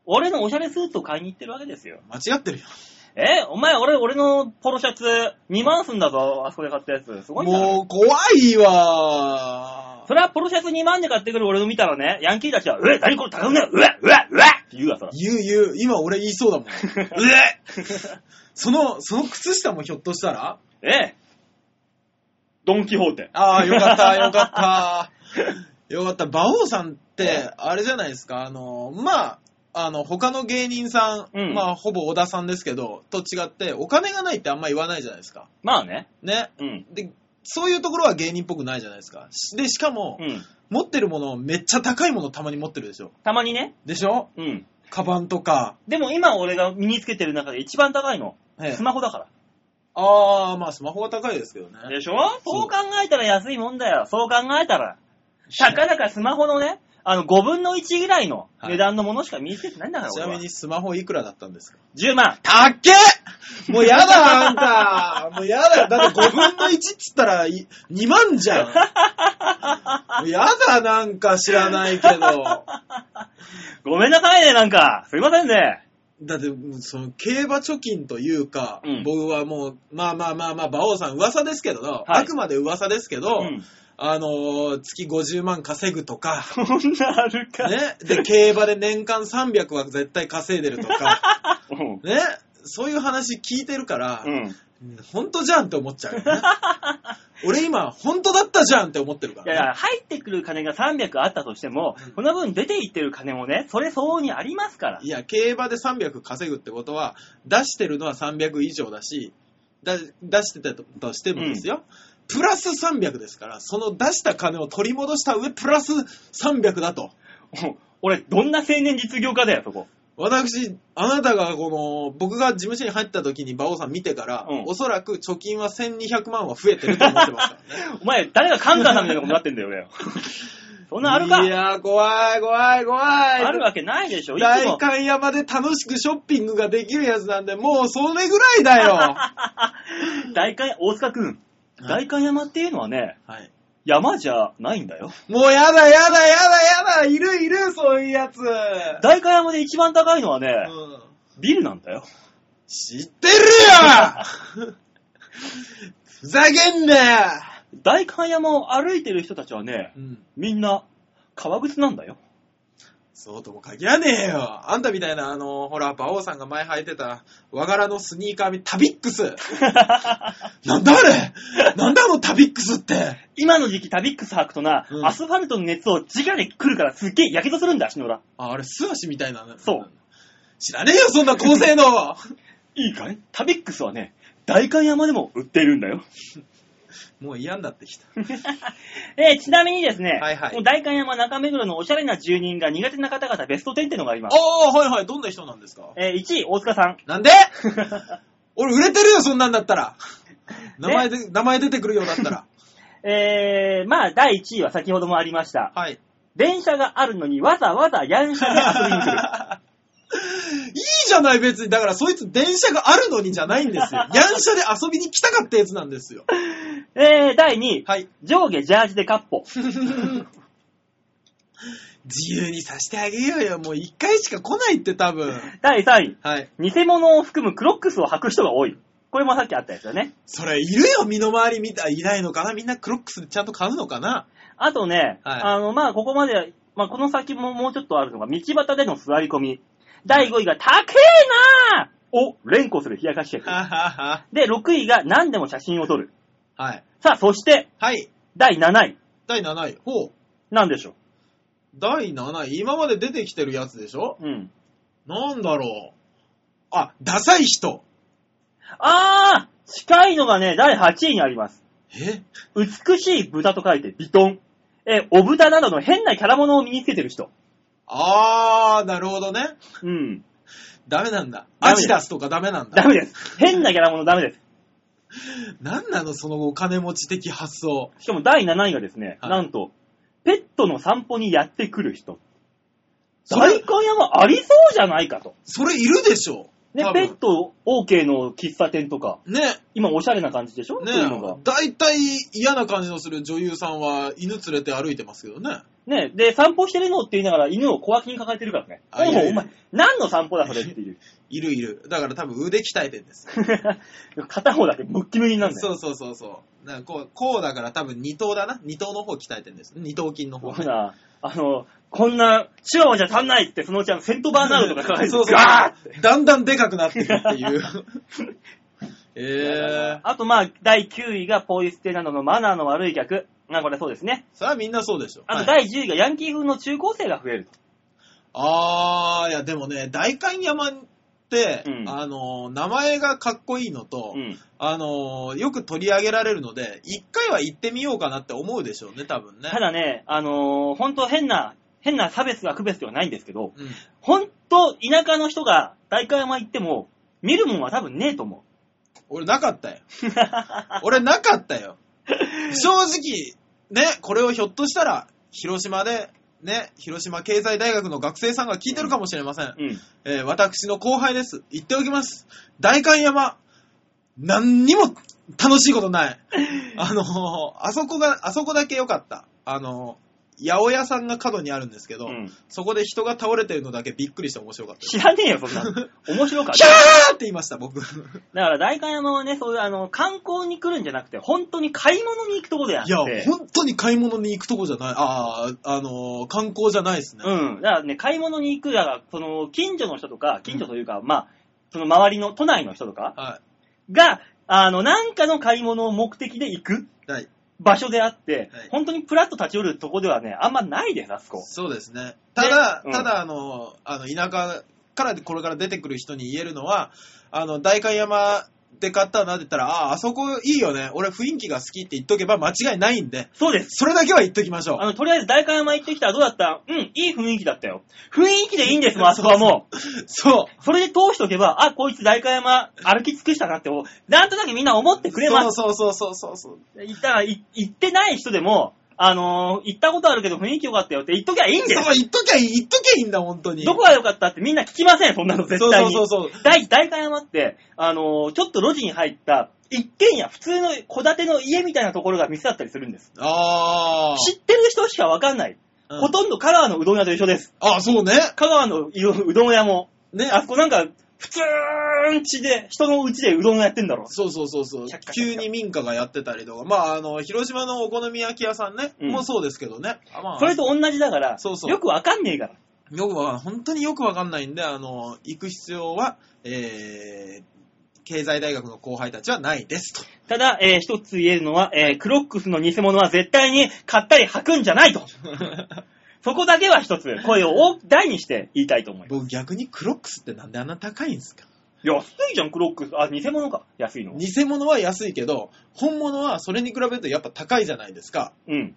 Speaker 1: 俺のおしゃれスーツを買いに行ってるわけですよ。
Speaker 2: 間違ってるよ。
Speaker 1: えお前、俺、俺のポロシャツ2万すんだぞ、あそこで買ったやつ。すごいんだ
Speaker 2: もう怖いわ
Speaker 1: それはポロシャツ2万で買ってくる俺を見たらね、ヤンキーたちは、うえ、何これ高くねうえ、うえ、うえって言うわ、 そら。
Speaker 2: 言う言う、今俺言いそうだもん。うえその、その靴下もひょっとしたら
Speaker 1: ええ。ドンキホーテ。
Speaker 2: ああ、よかった、よかった。よかった。馬王さんって、あれじゃないですか、あの、まあ、あの、他の芸人さん、
Speaker 1: うん
Speaker 2: まあ、ほぼ小田さんですけど、と違って、お金がないってあんま言わないじゃないですか。
Speaker 1: まあね。
Speaker 2: ね。
Speaker 1: うん。
Speaker 2: で、そういうところは芸人っぽくないじゃないですか。しで、しかも、
Speaker 1: うん。
Speaker 2: 持ってるもの、めっちゃ高いものたまに持ってるでしょ。
Speaker 1: たまにね。
Speaker 2: でしょ
Speaker 1: うん。
Speaker 2: カバンとか。
Speaker 1: でも今俺が身につけてる中で一番高いの。
Speaker 2: ええ
Speaker 1: スマホだか
Speaker 2: ああ、まあ、スマホは高いですけど
Speaker 1: ら。
Speaker 2: ね。
Speaker 1: でしょそう考えたら安いもんだよ。そう考えたら。たかだかスマホのね、あの、5分の1ぐらいの値段のものしか身につけてないんだから、
Speaker 2: ちなみにスマホいくらだったんですか
Speaker 1: 俺は。10万。
Speaker 2: たっけもうやだ、あんた。もうやだよ。だって5分の1っつったらい2万じゃん。もうやだ、なんか知らないけど。
Speaker 1: ごめんなさいね、なんか。すいませんね。
Speaker 2: だって、その、競馬貯金というか、
Speaker 1: うん
Speaker 2: 僕はもう、まあまあまあまあ、馬王さん噂ですけど、あくまで噂ですけど、
Speaker 1: うん。
Speaker 2: あのー月50万稼ぐ とか、
Speaker 1: そんなあるか。
Speaker 2: ね、で、競馬で年間300は絶対稼いでるとか、
Speaker 1: うん。
Speaker 2: ね、そういう話聞いてるから、
Speaker 1: うん。
Speaker 2: 本当じゃんって思っちゃう よね。俺今、本当だったじゃんって思ってるか
Speaker 1: いやいや、
Speaker 2: ら、ね。
Speaker 1: 入ってくる金が300あったとしても、この分出ていってる金もね、それ相応にありますから
Speaker 2: い。や、競馬で300稼ぐってことは、出してるのは300以上だし、だ出してたとしてもですよ、プラス300ですから、その出した金を取り戻した上、プラス300だと。
Speaker 1: お 俺、どんな青年実業家だよ、そこ。
Speaker 2: 私、あなたがこの、僕が事務所に入った時に馬王さん見てから、
Speaker 1: うん
Speaker 2: おそらく貯金は1200万は増えてると思ってますから ね。
Speaker 1: お前、誰がカンカンさんみたいなことになってんだよ、俺。 そんなあるか
Speaker 2: いやー、怖い、怖い、怖い。
Speaker 1: あるわけないでしょ、いつ
Speaker 2: 代
Speaker 1: も。
Speaker 2: 官山で楽しくショッピングができるやつなんで、もうそれぐらい だよ。
Speaker 1: 大官、大塚くん。
Speaker 2: はい
Speaker 1: 大官山っていうのはね、
Speaker 2: はい。
Speaker 1: 山じゃないんだよ。
Speaker 2: もうやだやだやだやだ、いるいる、そういうやつ。
Speaker 1: 大官山で一番高いのはね、
Speaker 2: うん
Speaker 1: ビルなんだよ。
Speaker 2: 知って るよふざけんなよ、
Speaker 1: 大官山を歩いてる人たちはね、みんな、革靴なんだよ。
Speaker 2: そうとも限らねえよ。あんたみたいな、あの、ほら、馬王さんが前履いてた、和柄のスニーカー、タビック ス。なんだあれなんだあのタビックスって。
Speaker 1: 今の時期タビックス履くとな、
Speaker 2: うん
Speaker 1: アスファルトの熱を直で来るからすっげえやけどするんだ、足の裏。
Speaker 2: あ、あれ、素足みたいなね
Speaker 1: そう。
Speaker 2: 知らねえよ、そんな高性能。
Speaker 1: いいかいタビックスはね、代官山でも売っているんだよ。
Speaker 2: もう嫌になってきた。
Speaker 1: えーちなみにですね、
Speaker 2: はいはい
Speaker 1: もう代官山中目黒のおしゃれな住人が苦手な方々ベスト10っていうのがあります。
Speaker 2: ああ、はいはい、どんな人なんですか
Speaker 1: えー1位、大塚さん。
Speaker 2: なんで俺売れてるよ、そんなんだった ら。名前で、名前出てくるようだった ら。
Speaker 1: えー、まあ、第1位は先ほどもありました。
Speaker 2: はい。
Speaker 1: 電車があるのにわざわざヤン車で遊びに来る。
Speaker 2: いいじゃない、別に。だから、そいつ電車があるのにじゃないん ですよ。ヤン車で遊びに来たかったやつなんですよ。
Speaker 1: えー、第2位、
Speaker 2: はい。
Speaker 1: 上下ジャージでカッポ。
Speaker 2: 自由にさせてあげようよ。もう一回しか来ないって多分。
Speaker 1: 第3位、
Speaker 2: はい。
Speaker 1: 偽物を含むクロックスを履く人が多い。これもさっきあったやつだね。
Speaker 2: それ、いるよ、身の回り見た。いないのかなみんなクロックスでちゃんと買うのかな
Speaker 1: あとね、
Speaker 2: はい
Speaker 1: あの、まあ、ここまで、まあ、この先ももうちょっとあるのが、道端での座り込み。第5位が、高えなーを連呼する冷やかし客。
Speaker 2: ははは
Speaker 1: で、6位が、何でも写真を撮る。
Speaker 2: はい。
Speaker 1: さあ、そして、
Speaker 2: はい。
Speaker 1: 第7位。
Speaker 2: 第7位。ほう。
Speaker 1: なんでしょ
Speaker 2: 第7位。今まで出てきてるやつでしょ
Speaker 1: う。うん。
Speaker 2: なんだろう。あ、ダサい人。
Speaker 1: あー近いのがね、第8位にあります。
Speaker 2: え
Speaker 1: 美しい豚と書いて、ビトン。え、お豚などの変なキャラものを身につけてる人。
Speaker 2: あー、なるほどね。
Speaker 1: うん。
Speaker 2: ダメなんだ。
Speaker 1: ダメだ
Speaker 2: アジダスとかダメなんだ
Speaker 1: ダ。メです。変なキャラものダメです。
Speaker 2: なんなの、そのお金持ち的発想。
Speaker 1: しかも第7位がですね、
Speaker 2: はい
Speaker 1: なんと、ペットの散歩にやってくる人。
Speaker 2: それ
Speaker 1: 代官山ありそうじゃないかと。
Speaker 2: それいるでしょ
Speaker 1: ね
Speaker 2: 多、
Speaker 1: ペ
Speaker 2: 分
Speaker 1: ット OK の喫茶店とか、
Speaker 2: ね
Speaker 1: 今おしゃれな感じでしょ、
Speaker 2: ね
Speaker 1: そういうのが。
Speaker 2: 大体嫌な感じのする女優さんは犬連れて歩いてますけどね。
Speaker 1: ね、で、散歩してるのって言いながら犬を小脇に抱えてるからね。
Speaker 2: あい
Speaker 1: お
Speaker 2: るいる
Speaker 1: うお前、何の散歩だそれって いう。
Speaker 2: いるいる。だから多分腕鍛えてんです。
Speaker 1: 片方だけムッキムキなんだ
Speaker 2: そ
Speaker 1: よ。
Speaker 2: うそうそうそう。なんかこう、こうだから多分二頭だな。二頭の方鍛えてんです。二頭筋の方、
Speaker 1: ほら、あの、こんな、チワワじゃ足んないって、そのうちあの、セントバーナードとか抱えて
Speaker 2: そうそう
Speaker 1: ガーッ
Speaker 2: だんだんでかくなってくって いう。えー、
Speaker 1: あと、まあ、第9位がポイ捨てなどのマナーの悪い客。まあ、これそうですね。
Speaker 2: それはみんなそうでしょ。
Speaker 1: あと、
Speaker 2: はい、
Speaker 1: 第10位がヤンキー風の中高生が増えると。
Speaker 2: あー、いやでもね、代官山って、
Speaker 1: うん
Speaker 2: あのー、名前がかっこいいのと、
Speaker 1: うん。
Speaker 2: あのー、よく取り上げられるので、一回は行ってみようかなって思うでしょうね、多分ね。
Speaker 1: ただね、あのー、本当変な、変な差別が区別ではないんですけど、
Speaker 2: うん
Speaker 1: 本当田舎の人が大会山行っても、見るもんは多分ねえと思
Speaker 2: 俺なかっ たよ。俺なかったよ。正直、ね、これをひょっとしたら、広島で、ね、広島経済大学の学生さんが聞いてるかもしれません。
Speaker 1: う。うん。
Speaker 2: えー私の後輩です。言っておきます。代官山、何にも楽しいこと ない。あのーあそこが、あそこだけ良かった。あのー八百屋さんが角にあるんですけど、
Speaker 1: うん
Speaker 2: そこで人が倒れてるのだけびっくりして面白かったです。
Speaker 1: 知らねえよ、そんな の。面白かっ
Speaker 2: キ
Speaker 1: た。
Speaker 2: ャーって言いました、僕。
Speaker 1: だから、大会山はね、そういう、あの、観光に来るんじゃなくて、本当に買い物に行くとこであっ
Speaker 2: い
Speaker 1: て。
Speaker 2: や、本当に買い物に行くとこじゃない。ああ、あのー観光じゃないですね。
Speaker 1: うん。だからね、買い物に行く、だから、その、近所の人とか、近所というか、まあ、その周りの、都内の人とか
Speaker 2: は
Speaker 1: が、あの、なんかの買い物を目的で行く
Speaker 2: い。はい。
Speaker 1: 場所であって、
Speaker 2: はい
Speaker 1: 本当にプラッと立ち寄るとこではね、あんまないです、あそこ。
Speaker 2: そうですね。ただ、
Speaker 1: うん
Speaker 2: ただ、あの、あの、田舎からこれから出てくる人に言えるのは、あの、代官山で買ったなって言ったら、ああ、あそこいいよね。俺雰囲気が好きって言っとけば間違いないんで、
Speaker 1: そうです。
Speaker 2: それだけは言っときましょう
Speaker 1: あ。の、とりあえず大官山行ってきたらどうだったうん、いい雰囲気だったよ。雰囲気でいいんですもん、あそこはもう。
Speaker 2: そう。
Speaker 1: それで通しとけば、あ、こいつ大官山歩き尽くしたなって、なんとなくみんな思ってくれます。
Speaker 2: そうそうそうそうそう。
Speaker 1: だから、い行ってない人でも、あのー行ったことあるけど雰囲気良かったよって言っときゃいいんです。
Speaker 2: そう、言っときゃいい、言っときゃいいんだ、本当に。
Speaker 1: どこが良かったってみんな聞きません、そんなの絶対に。
Speaker 2: そうそうそうそ
Speaker 1: 大、大官山って、あのーちょっと路地に入った、一軒家、普通の戸建ての家みたいなところが店だったりするんです。
Speaker 2: ああ。
Speaker 1: 知ってる人しかわかんない。
Speaker 2: うん
Speaker 1: ほとんど香川のうどん屋と一緒です。
Speaker 2: ああ、そうね。
Speaker 1: 香川のううどん屋も、
Speaker 2: ね。
Speaker 1: あそこなんか、普通んちで、人のうちでうどん屋やってんだろ。
Speaker 2: そうそうそうそう
Speaker 1: キャッキャ。キャッキャ
Speaker 2: 急に民家がやってたりとか。まあ、あの、広島のお好み焼き屋さんね。
Speaker 1: うん
Speaker 2: もうそうですけどね。あまあ
Speaker 1: それと同じだから、
Speaker 2: そうそう
Speaker 1: よくわかんねえから。
Speaker 2: よくわかんない。本当によくわかんないんで、あの、行く必要は、えー、経済大学の後輩たちはないですと。
Speaker 1: ただ、えー一つ言えるのは、えークロックスの偽物は絶対に買ったり履くんじゃ ないと。そこだけは一つ、声を大大にして言いたいと思います。
Speaker 2: 僕逆にクロックスってなんであんな高いんですか
Speaker 1: 安いじゃん、クロックス。あ、偽物か。安いの。
Speaker 2: 偽物は安いけど、本物はそれに比べるとやっぱ高いじゃないですか。
Speaker 1: うん。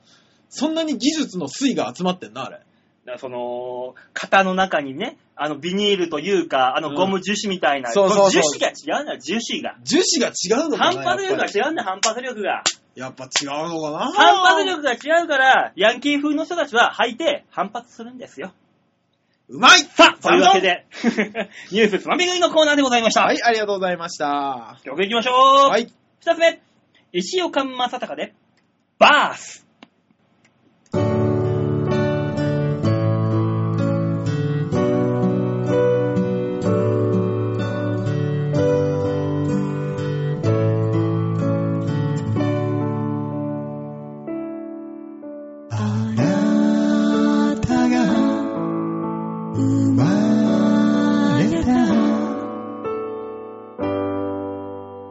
Speaker 2: そんなに技術の粋が集まってんな、あれ。
Speaker 1: だからその、型の中にね、あの、ビニールというか、あの、ゴム樹脂みたいな。
Speaker 2: そうそうそう
Speaker 1: これ樹脂が違うんだよ、樹脂が。
Speaker 2: 樹脂が違うのか
Speaker 1: 反
Speaker 2: な
Speaker 1: 発力
Speaker 2: や
Speaker 1: が
Speaker 2: っぱり
Speaker 1: 違うんだよ、反発力が。
Speaker 2: やっぱ違うのかな
Speaker 1: 反発力が違うから、ヤンキー風の人たちは履いて反発するんですよ。
Speaker 2: うまい
Speaker 1: さあ、というわけで、 ニュースつまみ食いのコーナーでございました。
Speaker 2: はい、ありがとうございました。
Speaker 1: 曲いきましょう。
Speaker 2: は
Speaker 1: はい。
Speaker 2: い。
Speaker 1: 二つ目、石岡正隆で、バース。
Speaker 3: あなたが生まれた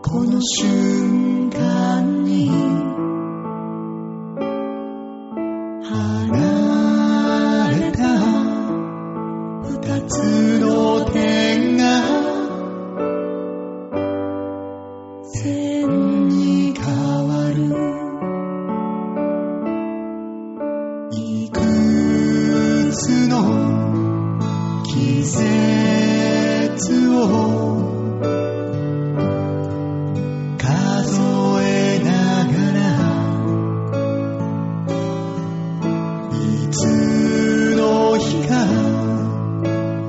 Speaker 3: この瞬間に離れた二つの点が線に変わるいくつの季節を数えながらいつの日か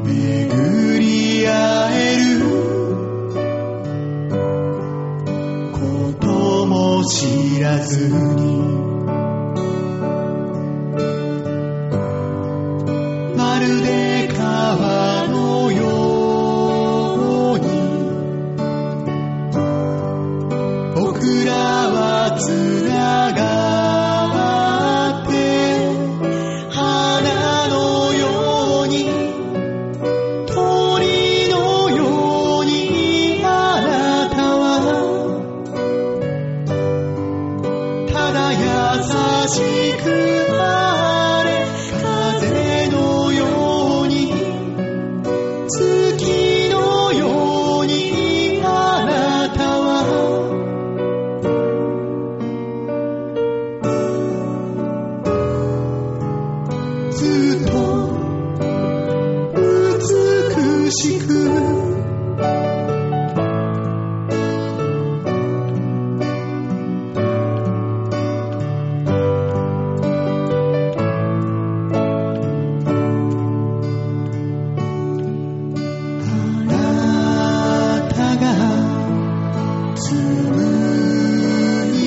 Speaker 3: 巡り合えることも知らずにまるで川のように僕らはつながって花のように鳥のようにあなたはただ優しくあれ風のように月のようにあなたはずっと美しくあなたが紡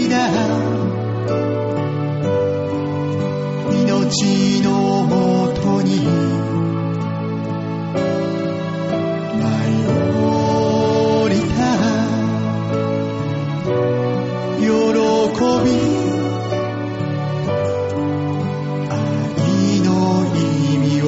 Speaker 3: いだ命のもとに舞い降りた喜び愛の意味を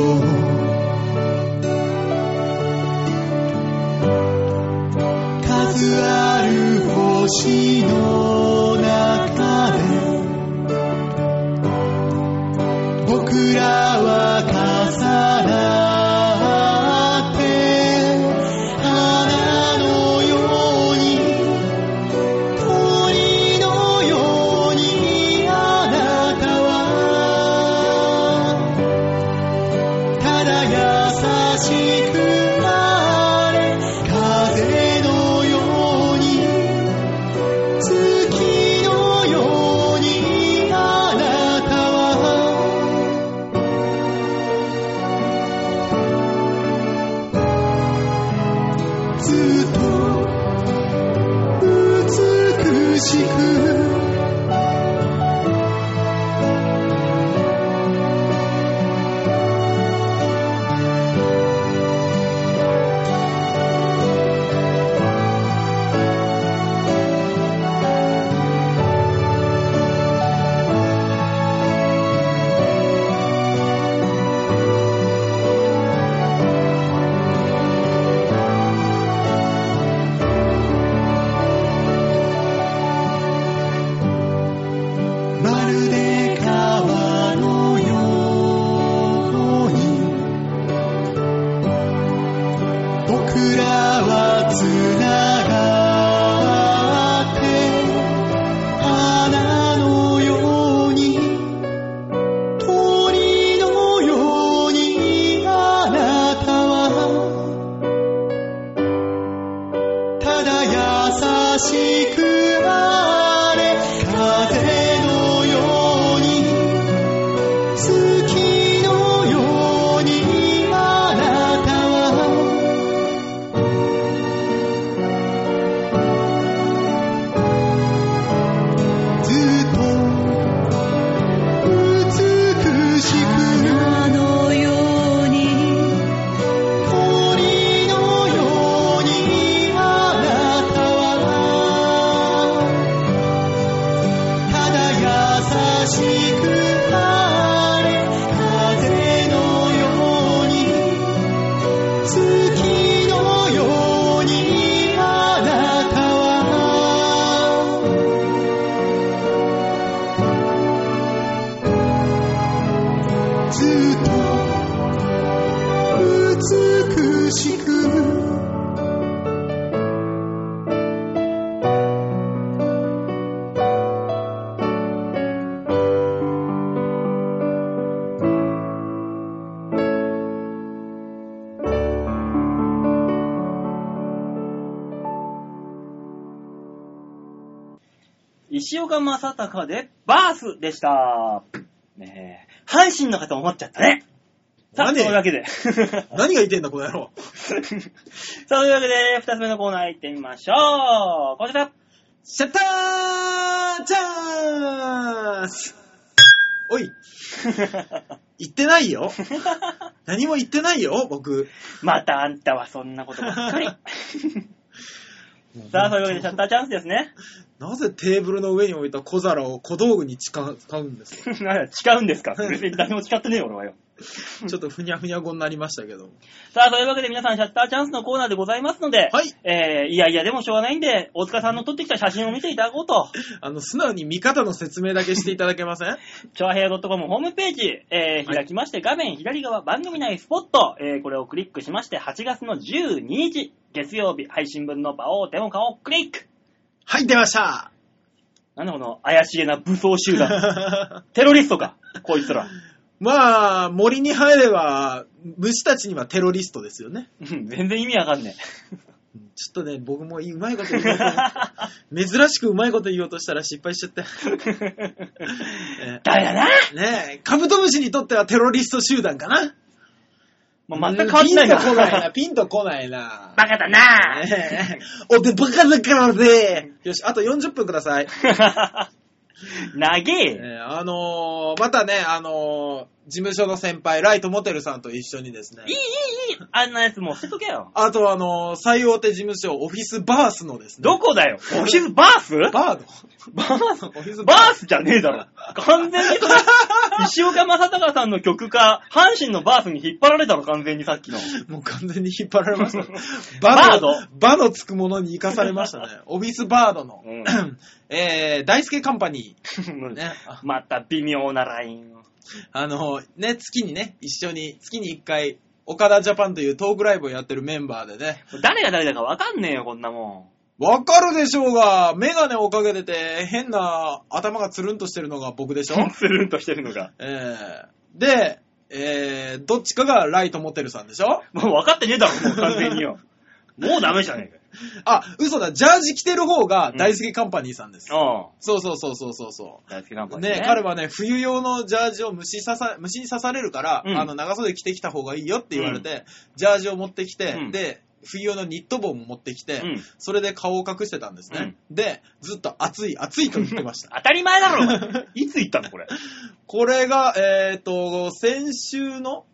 Speaker 3: 数ある星の中で僕らは重なって花のように鳥のようにあなたはただ優しくあれ風のように月のようにあなたはずっと美しく「しくあれ風のように月のようにあなたはずっと美しく
Speaker 4: 花のように
Speaker 3: 鳥のようにあなたはただ優しくあれ風のように月のようにあなたはずっと美しく
Speaker 5: 石岡正隆でバースでした。ねえ、阪神の方思っちゃったね。さあ、
Speaker 2: 何
Speaker 5: というわけで。
Speaker 2: 何が言ってんだ、この野郎。
Speaker 5: さあ、というわけで、二つ目のコーナー行ってみましょう。こちら。
Speaker 2: シャッターチャンスおい、言ってない よ。何も言ってないよ、僕。
Speaker 5: またあんたはそんなことば っかり。さあ、というわけで、シャッターチャンスですね。
Speaker 2: なぜテーブルの上に置いた小皿を小道具に使う使うんです か
Speaker 5: なんだ誓うんですか別に誰も誓ってねえよ、俺はよ。
Speaker 2: ちょっとふにゃふにゃ語になりましたけど。
Speaker 5: さあ、というわけで皆さん、シャッターチャンスのコーナーでございますので、
Speaker 2: はい
Speaker 5: えー、いやいや、でもしょうがないんで、大塚さんの撮ってきた写真を見ていただこうと、
Speaker 2: あの、素直に見方の説明だけしていただけません
Speaker 5: チョアヘア .com ホームページ、えー、
Speaker 2: はい
Speaker 5: 開きまして、画面左側、番組内スポット、えー、これをクリックしまして、8月の12日、月曜日、配信分の場をデモ化をクリック
Speaker 2: はい、出ま した
Speaker 5: なんだこの怪しげな武装 集団。
Speaker 2: ま
Speaker 5: テロリストか、こいつら。
Speaker 2: あ、森に入れば、虫たちにはテロリストですよね。
Speaker 5: うん全然意味わかんね
Speaker 2: うんちょっとね、僕もうまいこと言おうと思って、珍しくうまいこと言おうとしたら失敗しちゃ って。
Speaker 5: え。だよな
Speaker 2: ねえ、カブトムシにとってはテロリスト集団かな
Speaker 5: もう全く変わってない
Speaker 2: ピンとこないな、
Speaker 5: な。
Speaker 2: ピンとこないな。
Speaker 5: バカだな
Speaker 2: ねえおで、バカだからで。よし、あと40分ください。
Speaker 5: 長
Speaker 2: え
Speaker 5: え。
Speaker 2: ーあのーまたね、あのー事務所の先輩、ライトモテルさんと一緒にですね
Speaker 5: いい、いいいいあんなやつもう捨てとけよ。
Speaker 2: あとあのー最大手事務所、オフィスバースのですね、
Speaker 5: どこだよオフィスバース
Speaker 2: バード
Speaker 5: バース
Speaker 2: オフィス
Speaker 5: バ
Speaker 2: バ
Speaker 5: ースじゃねえだろ。完全に それ、石岡正隆さんの曲か、阪神のバースに引っ張られたろ、完全にさっきの。
Speaker 2: もう完全に引っ張られ ました。
Speaker 5: バー
Speaker 2: バ
Speaker 5: ド
Speaker 2: の、バのつくものに生かされま したね。オフィスバードの、
Speaker 5: うん
Speaker 2: えー、大輔カンパニー、ね、あ
Speaker 5: また微妙なラインを。
Speaker 2: あのーね、月にね、一緒に、月に一回、岡田ジャパンというトークライブをやってるメンバーでね、
Speaker 5: 誰が誰だかわかんねえよ、こんなも
Speaker 2: わかるでしょうが、メガネをかけてて、変な頭がつるんとしてるのが僕で しょ
Speaker 5: ん。スルンとしてるのが。
Speaker 2: えー、で、えー、どっちかがライトモテルさんでしょ
Speaker 5: もう分かってねえだろ、もう完全によ。もうダメじゃねえ
Speaker 2: あ、嘘だ、ジャージ着てる方が大好きカンパニーさんです。
Speaker 5: かよ。
Speaker 2: そうそうそうそうそうそ
Speaker 5: うん。大好きな
Speaker 2: う。
Speaker 5: ん
Speaker 2: ね彼はね、冬用のジャージを虫刺さ、虫に刺されるから、
Speaker 5: うん
Speaker 2: あの、長袖着てきた方がいいよって言われて、ジャージを持ってきて、
Speaker 5: うん
Speaker 2: で、冬用のニット帽も持ってきて、
Speaker 5: うん
Speaker 2: それで顔を隠してたんですね。で、ずっと暑い、暑いと言ってました。
Speaker 5: 当たり前だろお前、いつ行ったの、これ。
Speaker 2: これが、えっ、と、先週の、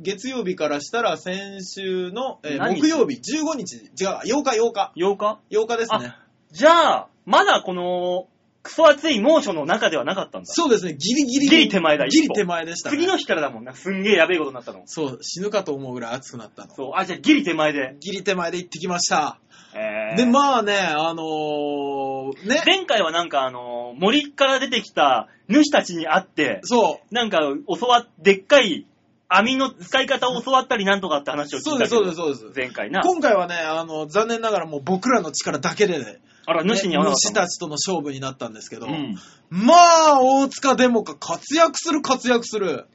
Speaker 2: 月曜日からしたら先週の、えー
Speaker 5: 何日
Speaker 2: 木曜日、15日、違う、8日、8日、
Speaker 5: 8日
Speaker 2: 8日ですね。
Speaker 5: じゃあ、まだこの、クソ暑い猛暑の中ではなかったんだ。
Speaker 2: そうですね、ギリギリ。
Speaker 5: ギリ手前だ
Speaker 2: ギ
Speaker 5: 一
Speaker 2: リ
Speaker 5: 歩
Speaker 2: 手前でした、ね。
Speaker 5: 次の日からだもんな。すんげえやべえことになったの。
Speaker 2: そう、死ぬかと思うぐらい暑くなったの。
Speaker 5: そう。あ、じゃあギリ手前で。
Speaker 2: ギリ手前で行ってきました。
Speaker 5: えー
Speaker 2: で、まあね、あのー、ね、
Speaker 5: 前回はなんかあの、森から出てきた主たちに会って、
Speaker 2: そ
Speaker 5: なんか教わっ、でっかい網の使い方を教わったりなんとかって話を
Speaker 2: う、
Speaker 5: 聞
Speaker 2: そ
Speaker 5: いうた
Speaker 2: で
Speaker 5: けど
Speaker 2: す、そうです、そうです。
Speaker 5: 前回な。
Speaker 2: 今回はね、あの、残念ながらもう僕らの力だけでね、
Speaker 5: あら、主に会わなか
Speaker 2: 主
Speaker 5: った
Speaker 2: たちとの勝負になったんですけど、
Speaker 5: の。うん。
Speaker 2: まあ、大塚デモか活躍する、活躍する。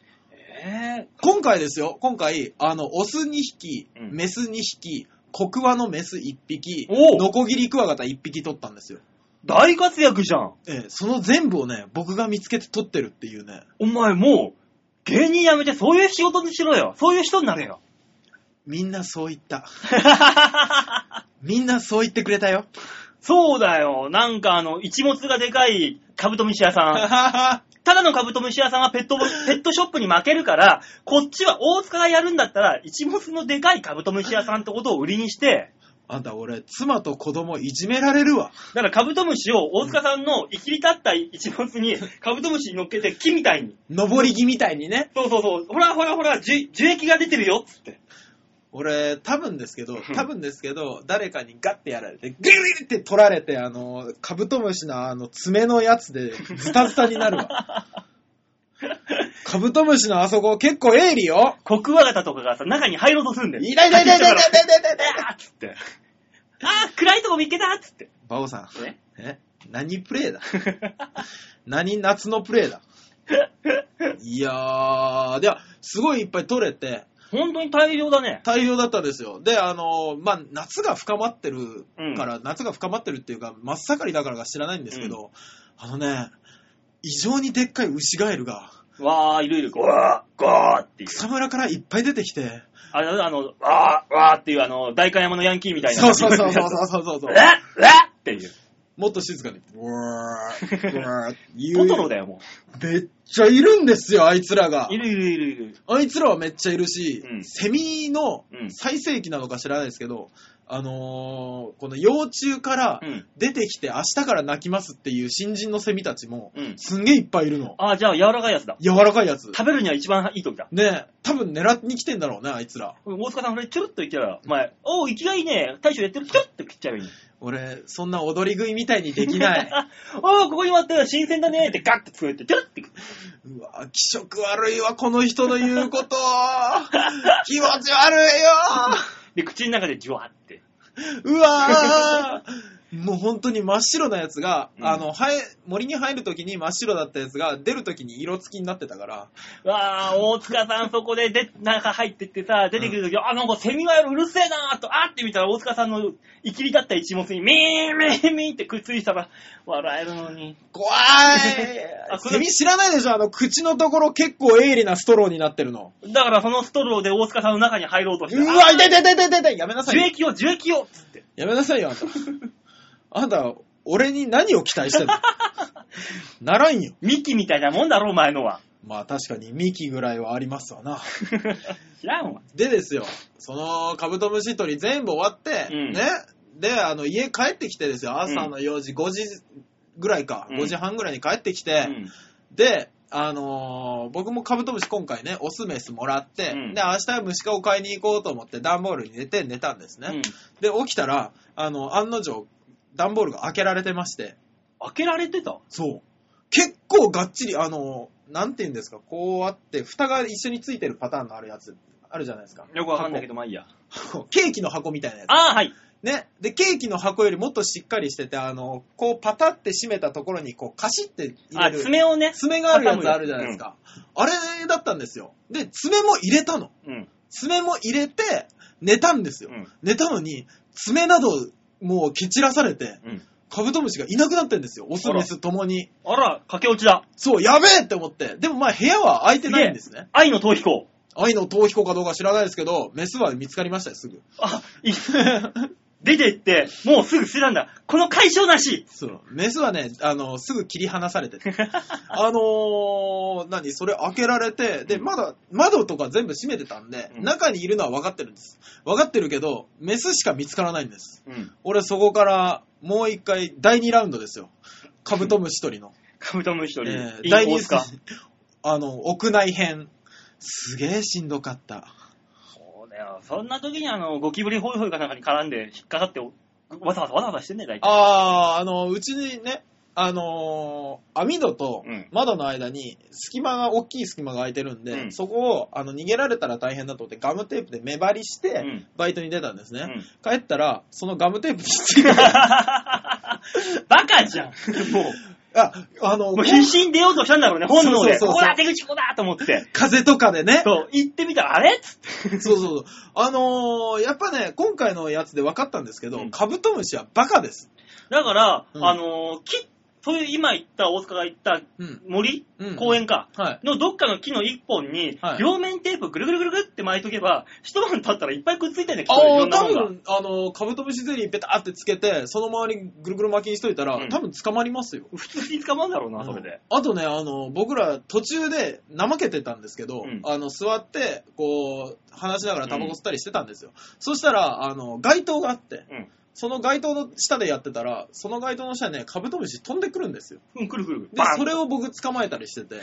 Speaker 5: え
Speaker 2: 今回ですよ、今回、あの、オス2匹、
Speaker 5: うん
Speaker 2: メス2匹、コクワのメス1匹、
Speaker 1: おう
Speaker 2: ノコギリクワガタ1匹取ったんですよ。
Speaker 1: 大活躍じゃん。
Speaker 2: ええ、その全部をね、僕が見つけて取ってるっていうね、
Speaker 1: お前もう、芸人辞めてそういう仕事にしろよ。そういう人になれよ。
Speaker 2: みんなそう言 った。みんなそう言ってくれた よ。
Speaker 1: そうだよ。なんかあの、一物がでかいカブトムシ屋さん。ただのカブトムシ屋さんはペット ボ、ペットショップに負けるから、こっちは大塚がやるんだったら、一物のでかいカブトムシ屋さんってことを売りにして、
Speaker 2: あんた俺、妻と子供いじめられるわ。
Speaker 1: だからカブトムシを大塚さんの生きり立った一物にカブトムシに乗っけて木みたいに。
Speaker 2: 登り木みたいにね。
Speaker 1: そうそうそう。ほらほらほら、樹樹液が出てるよっつって。
Speaker 2: 俺、多分ですけど、多分ですけど、誰かにガッてやられて、ギュリって取られて、あの、カブトムシのあの、爪のやつで、ズタズタになるわ。 カブトムシのあそこ結構鋭利よ。
Speaker 1: コクワガタとかがさ、中に入ろうとするんだよ。
Speaker 2: いないいないいないいないいないいないいない
Speaker 1: あーっつって。あー、暗いとこ見っけたっつ って。
Speaker 2: バオさ
Speaker 1: ね
Speaker 2: ん、え何プレイだ何夏のプレ イだいやー、では、すごいいっぱい取れて、
Speaker 1: 本当に大量だね。
Speaker 2: 大量だったんですよ。で、あの、まあ、夏が深まってるから、夏が深まってるっていうか、真っ盛りだからか知らないんですけど、あのね、異常にでっかいウシガエルが、
Speaker 1: わー、いるいる、ゴー、ゴーっていう。
Speaker 2: 草むらからいっぱい出てきて、
Speaker 1: あれだ、あの、わー、わーっていう、あの、大官山のヤンキーみたいな。
Speaker 2: そうそうそうそうそうそうそう
Speaker 1: え、えっていう。
Speaker 2: もっと静かに、うわー、うわ ー、言
Speaker 1: ト
Speaker 2: う
Speaker 1: トロだよ、も
Speaker 2: めっちゃいるんですよ、あいつらが
Speaker 1: う。い。るいるいるいる。
Speaker 2: あいつらはめっちゃいるし、
Speaker 1: うん
Speaker 2: セミの
Speaker 1: うん
Speaker 2: 最盛期なのか知らないですけど、あのーこの幼虫から
Speaker 1: うん
Speaker 2: 出てきて明日から泣きますっていう新人のセミたちも、
Speaker 1: うん
Speaker 2: すんげえいっぱいいるの。
Speaker 1: あー、じゃあ、柔らかいやつだ。
Speaker 2: 柔らかいやつ。
Speaker 1: 食べるには一番いい時だ。
Speaker 2: ねえ、多分狙ってに来てんだろうね、あいつら。
Speaker 1: 大塚さん、これ、チュルっといったら、お前、おう、生きがいいね。大将やってる、チュルっと切っちゃえばいいの。
Speaker 2: 俺、そんな踊り食いみたいにでき ない。
Speaker 1: おう、ここに割ってる、新鮮だねってガッて作って、チュルって。
Speaker 2: うわ気色悪いわ、この人の言うこと。気持ち悪いよ
Speaker 1: で、口の中でジュワーって。
Speaker 2: うわーもう本当に真っ白なやつが、
Speaker 1: うん
Speaker 2: あの、生え森に入るときに真っ白だったやつが、出るときに色付きになってたから、
Speaker 1: わあ、大塚さんそこでで、中入ってってさ、出てくるとき、あ、なんかセミがうるせえなーと、あーって見たら大塚さんの生きり立った一物に、ミーミーミーってくっついたら、笑えるのに。
Speaker 2: 怖い
Speaker 1: あこれ
Speaker 2: セミ知らないでしょあの、口のところ結構鋭利なストローになってるの。
Speaker 1: だからそのストローで大塚さんの中に入ろうとして、
Speaker 2: う
Speaker 1: あ
Speaker 2: わ痛い痛い痛い痛い痛いやめなさ
Speaker 1: 樹
Speaker 2: いよ。
Speaker 1: 液を、樹液をっつって。
Speaker 2: やめなさいよ、あんた。あんた、俺に何を期 待してんのならんよ。
Speaker 1: 幹みたいなもんだろ、お前 のは。
Speaker 2: まあ確かにミキぐらいはありますわな。
Speaker 1: 知らんわ。
Speaker 2: でですよ、そのカブトムシ取り全部終わって、
Speaker 1: うん
Speaker 2: ね、で、あの、家帰ってきてですよ、朝の4時、5時ぐらいか、
Speaker 1: うん
Speaker 2: 5時半ぐらいに帰ってき
Speaker 1: う
Speaker 2: て、
Speaker 1: ん。
Speaker 2: で、あのー僕もカブトムシ今回ね、オスメスもらって、
Speaker 1: うん
Speaker 2: で、明日虫かを買いに行こうと思って段ボールに寝て寝たんですね。
Speaker 1: うん
Speaker 2: で、起きたら、あの、案の定、段ボールが開けられてまして、
Speaker 1: 開けられてた
Speaker 2: そう。結構がっちり、あの、なんて言うんですか、こうあって、蓋が一緒についてるパターンのあるやつ、あるじゃないですか。
Speaker 1: よくわかんないけど、まあいいや。
Speaker 2: 箱。 ケーキの箱みたいなやつ。
Speaker 1: ああ、はい。
Speaker 2: ね。で、ケーキの箱よりもっとしっかりしてて、あの、こうパタって閉めたところに、こう、カシって入
Speaker 1: あ、
Speaker 2: れる。
Speaker 1: 爪をね。
Speaker 2: 爪があるやつあるじゃないですか。あれだったんですよ。で、爪も入れたの。
Speaker 1: うん。
Speaker 2: 爪も入れて、寝たんですよ。
Speaker 1: うん
Speaker 2: 寝たのに、爪など、もう蹴散らされて、
Speaker 1: うん。
Speaker 2: カブトムシがいなくなってんですよ。オス、メスともに。
Speaker 1: あら、駆け落ちだ。
Speaker 2: そう、やべえって思って。でもまあ部屋は空いてないんですね。
Speaker 1: 愛の逃避行。
Speaker 2: 愛の逃避行かどうか知らないですけど、メスは見つかりましたよ、すぐ。
Speaker 1: あ、い出て行って、もうすぐ捨てたんだ。この解消なし。
Speaker 2: そう。メスはね、あの、すぐ切り離されて て。あのー、何それ開けられて、で、まだ、窓とか全部閉めてたんで、
Speaker 1: うん
Speaker 2: 中にいるのは分かってるんです。分かってるけど、メスしか見つからないんです。
Speaker 1: うん。
Speaker 2: 俺そこから、もう一回、第2ラウンドですよ。カブトムシ取 りの。
Speaker 1: カブトムシ取り。
Speaker 2: えー
Speaker 1: いい
Speaker 2: 第2
Speaker 1: 大塚。
Speaker 2: あの、屋内編。すげえしんどかった。
Speaker 1: そうだよ。そんな時にあの、ゴキブリホイホイかなんかに絡んで引っかかって、わざわざわざわざしてんね、大体。
Speaker 2: ああ、あの、うちにね、あのー網戸と
Speaker 1: うん
Speaker 2: 窓の間に隙間が、大きい隙間が空いてるんで、
Speaker 1: うん
Speaker 2: そこを、あの、逃げられたら大変だと思って、ガムテープで目張りして、
Speaker 1: うん
Speaker 2: バイトに出たんですね。
Speaker 1: うん
Speaker 2: 帰 ったら、そのガムテープについて
Speaker 1: バカじゃん。もう。
Speaker 2: あ、あの、
Speaker 1: もう必死に出ようとしたんだろうね、本能で。
Speaker 2: そうそうそうそう
Speaker 1: ここだ、出口ここだと思って。
Speaker 2: 風とかでね。
Speaker 1: そう、行ってみたら、あれっつって。
Speaker 2: そうそうそう。あのーやっぱね、今回のやつで分かったんですけど、
Speaker 1: うん
Speaker 2: カブトムシはバカです。
Speaker 1: だから、
Speaker 2: うん
Speaker 1: あのー木、そういう今言った、大塚が言った
Speaker 2: うん。
Speaker 1: 森、
Speaker 2: うん
Speaker 1: 公園か。
Speaker 2: はい。
Speaker 1: のどっかの木の一本に
Speaker 2: は、い
Speaker 1: 両面テープぐるぐるぐるぐるって巻いとけば、一晩経ったらいっぱいくっついてんねきっとい
Speaker 2: あ
Speaker 1: ろ
Speaker 2: あ、
Speaker 1: んな
Speaker 2: 多
Speaker 1: もんが。
Speaker 2: 分、あのーカブトムシゼリーペターってつけて、その周りぐるぐる巻きにしといたら、
Speaker 1: うん
Speaker 2: 多分捕まりますよ。
Speaker 1: 普通に捕まんだろうな、それで。
Speaker 2: あとね、あの、僕ら途中で怠けてたんですけど、
Speaker 1: うん
Speaker 2: あの、座って、こう、話しながらタバコ吸ったりしてたんですよ。そしたら、あの、街灯があって、
Speaker 1: うん
Speaker 2: その街灯の下でやってたら、その街灯の下にね、カブトムシ飛んでくるんですよ。
Speaker 1: うん、くるくるくる。
Speaker 2: で
Speaker 1: バー、ン
Speaker 2: それを僕捕まえたりしてて、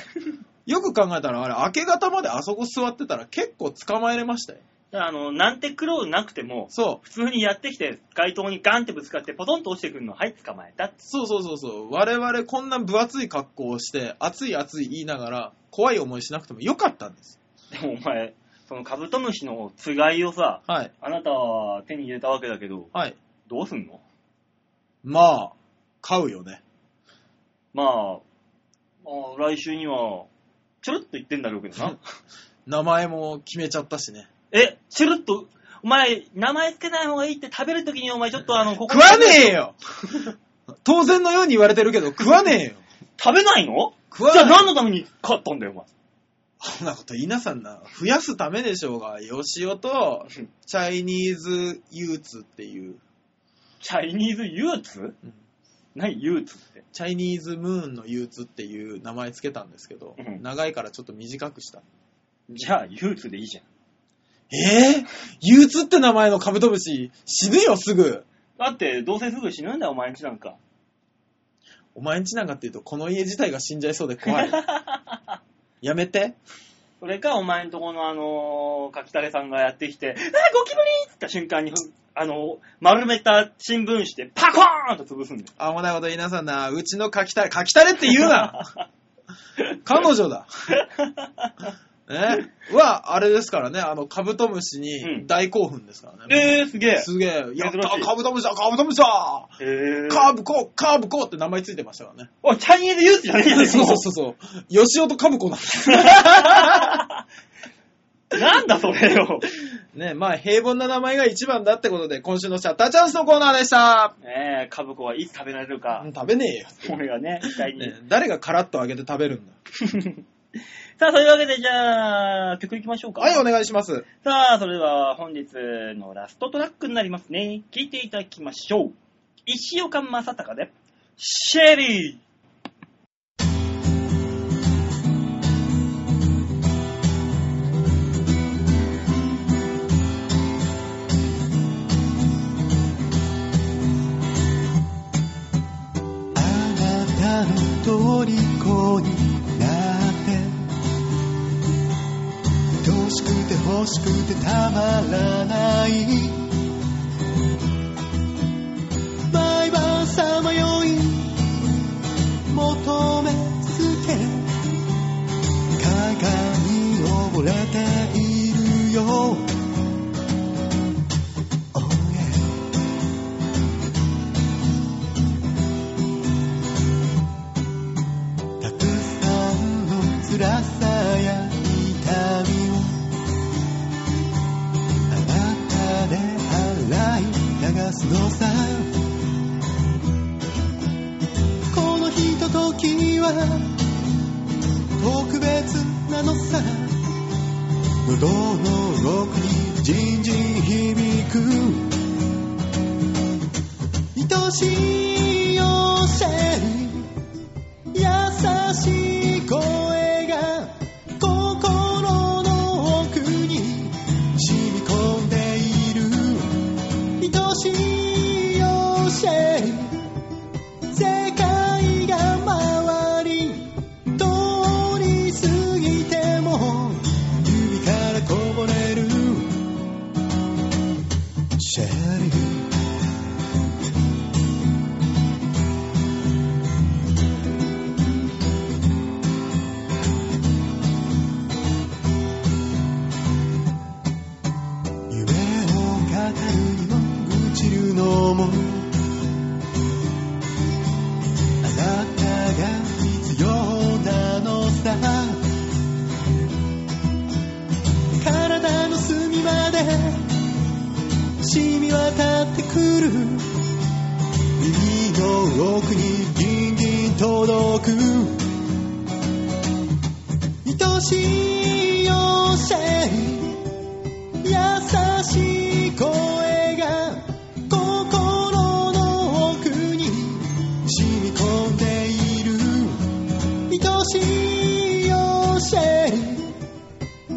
Speaker 2: よく考えたら、あれ、明け方まであそこ座ってたら結構捕まえれましたよ。
Speaker 1: あの、なんて苦労なくても、
Speaker 2: そう。
Speaker 1: 普通にやってきて、街灯にガンってぶつかって、ポトンと落ちてくるの、はい、捕まえた。
Speaker 2: そうそうそうそう。我々こんな分厚い格好をして、暑い暑い言いながら、怖い思いしなくてもよかったんです。
Speaker 1: でもお前、そのカブトムシのつがいをさ、
Speaker 2: はい。
Speaker 1: あなたは手に入れたわけだけど、
Speaker 2: はい。
Speaker 1: どうすんの
Speaker 2: まあ、買うよね。
Speaker 1: まあ、まあ、来週には、チュルッと言ってんだろうけどな。
Speaker 2: 名前も決めちゃったしね。
Speaker 1: え、チュルッと、お前、名前つけない方がいいって食べるときにお前ちょっとあの、ここ
Speaker 2: 食わねえよ 当然のように言われてるけど、食わねえよ
Speaker 1: 食べないの
Speaker 2: 食わ
Speaker 1: じ
Speaker 2: な
Speaker 1: ゃ
Speaker 2: い
Speaker 1: あ何のために買ったんだよ、お前。
Speaker 2: そんなこと言いなさんな。増やすためでしょうが、ヨシオと、チャイニーズユーツっていう、
Speaker 1: チャイニーズユーツ
Speaker 2: うん
Speaker 1: 何ユーツって。
Speaker 2: チャイニーズムーンのユーツっていう名前つけたんですけど、
Speaker 1: うん
Speaker 2: 長いからちょっと短くした。
Speaker 1: じゃあ、ユーツでいいじゃん。
Speaker 2: えぇ、ユーツって名前のカブトムシ、死ぬよすぐ
Speaker 1: だって、どうせすぐ死ぬんだよ、お前んちなんか。
Speaker 2: お前んちなんかって言うと、この家自体が死んじゃいそうで怖い。やめて。
Speaker 1: それか、お前んとこのあのー、かきたれさんがやってきて、あー、ゴキブリーって言った瞬間に、ふあのー、丸めた新聞紙でパコーンと潰すんだよ。
Speaker 2: あもないこと言いなさんな。うちのかきたれ、かきたれって言 うな彼女だ。ね。は、あれですからね、あの、カブトムシ
Speaker 1: う
Speaker 2: に
Speaker 1: ん
Speaker 2: 大興奮ですからね。
Speaker 1: えー、すげえ。
Speaker 2: すげえ。やっ
Speaker 1: 珍
Speaker 2: た
Speaker 1: しい
Speaker 2: カブトムシだカブトムシだ
Speaker 1: えー、
Speaker 2: カーブコカーブコって名前ついてましたからね。
Speaker 1: おいチャイニーズユーツじゃねえじゃねえ
Speaker 2: そうそうそうそう。ヨシオとカブコなんです。
Speaker 1: なんだそれよ。
Speaker 2: ね、まあ平凡な名前が一番だってことで、今週のシャッターチャンスのコーナーでした。
Speaker 1: ねえ、カブコはいつ食べられるか
Speaker 2: う。ん食べねえよ。
Speaker 1: これがね、期待に。
Speaker 2: ね誰がカラッと揚げて食べるんだ。
Speaker 1: さあ、そういうわけで、じゃあ、曲いきましょうか。
Speaker 2: はい、お願いします。
Speaker 1: さあ、それでは本日のラストトラックになりますね。聴いていただきましょう。石岡正隆で、シェリー。
Speaker 3: あなたの虜になって愛しくて欲しくてたまらない毎晩さまよい求め続け鏡に溺れているよ Oh yeah たくさんの辛さや痛みをあなたで洗い流すのさこのひとときは特別なのさ喉の奥にじんじん響く愛しいよシェリー優しい声が心の奥に染み込んでいる愛しいよシェリー世界が回り通り過ぎても指からこぼれるシェリー染み渡ってくる耳の奥にギンギン届く愛しいよせ優しい声が心の奥に染み込んでいる愛しいよせ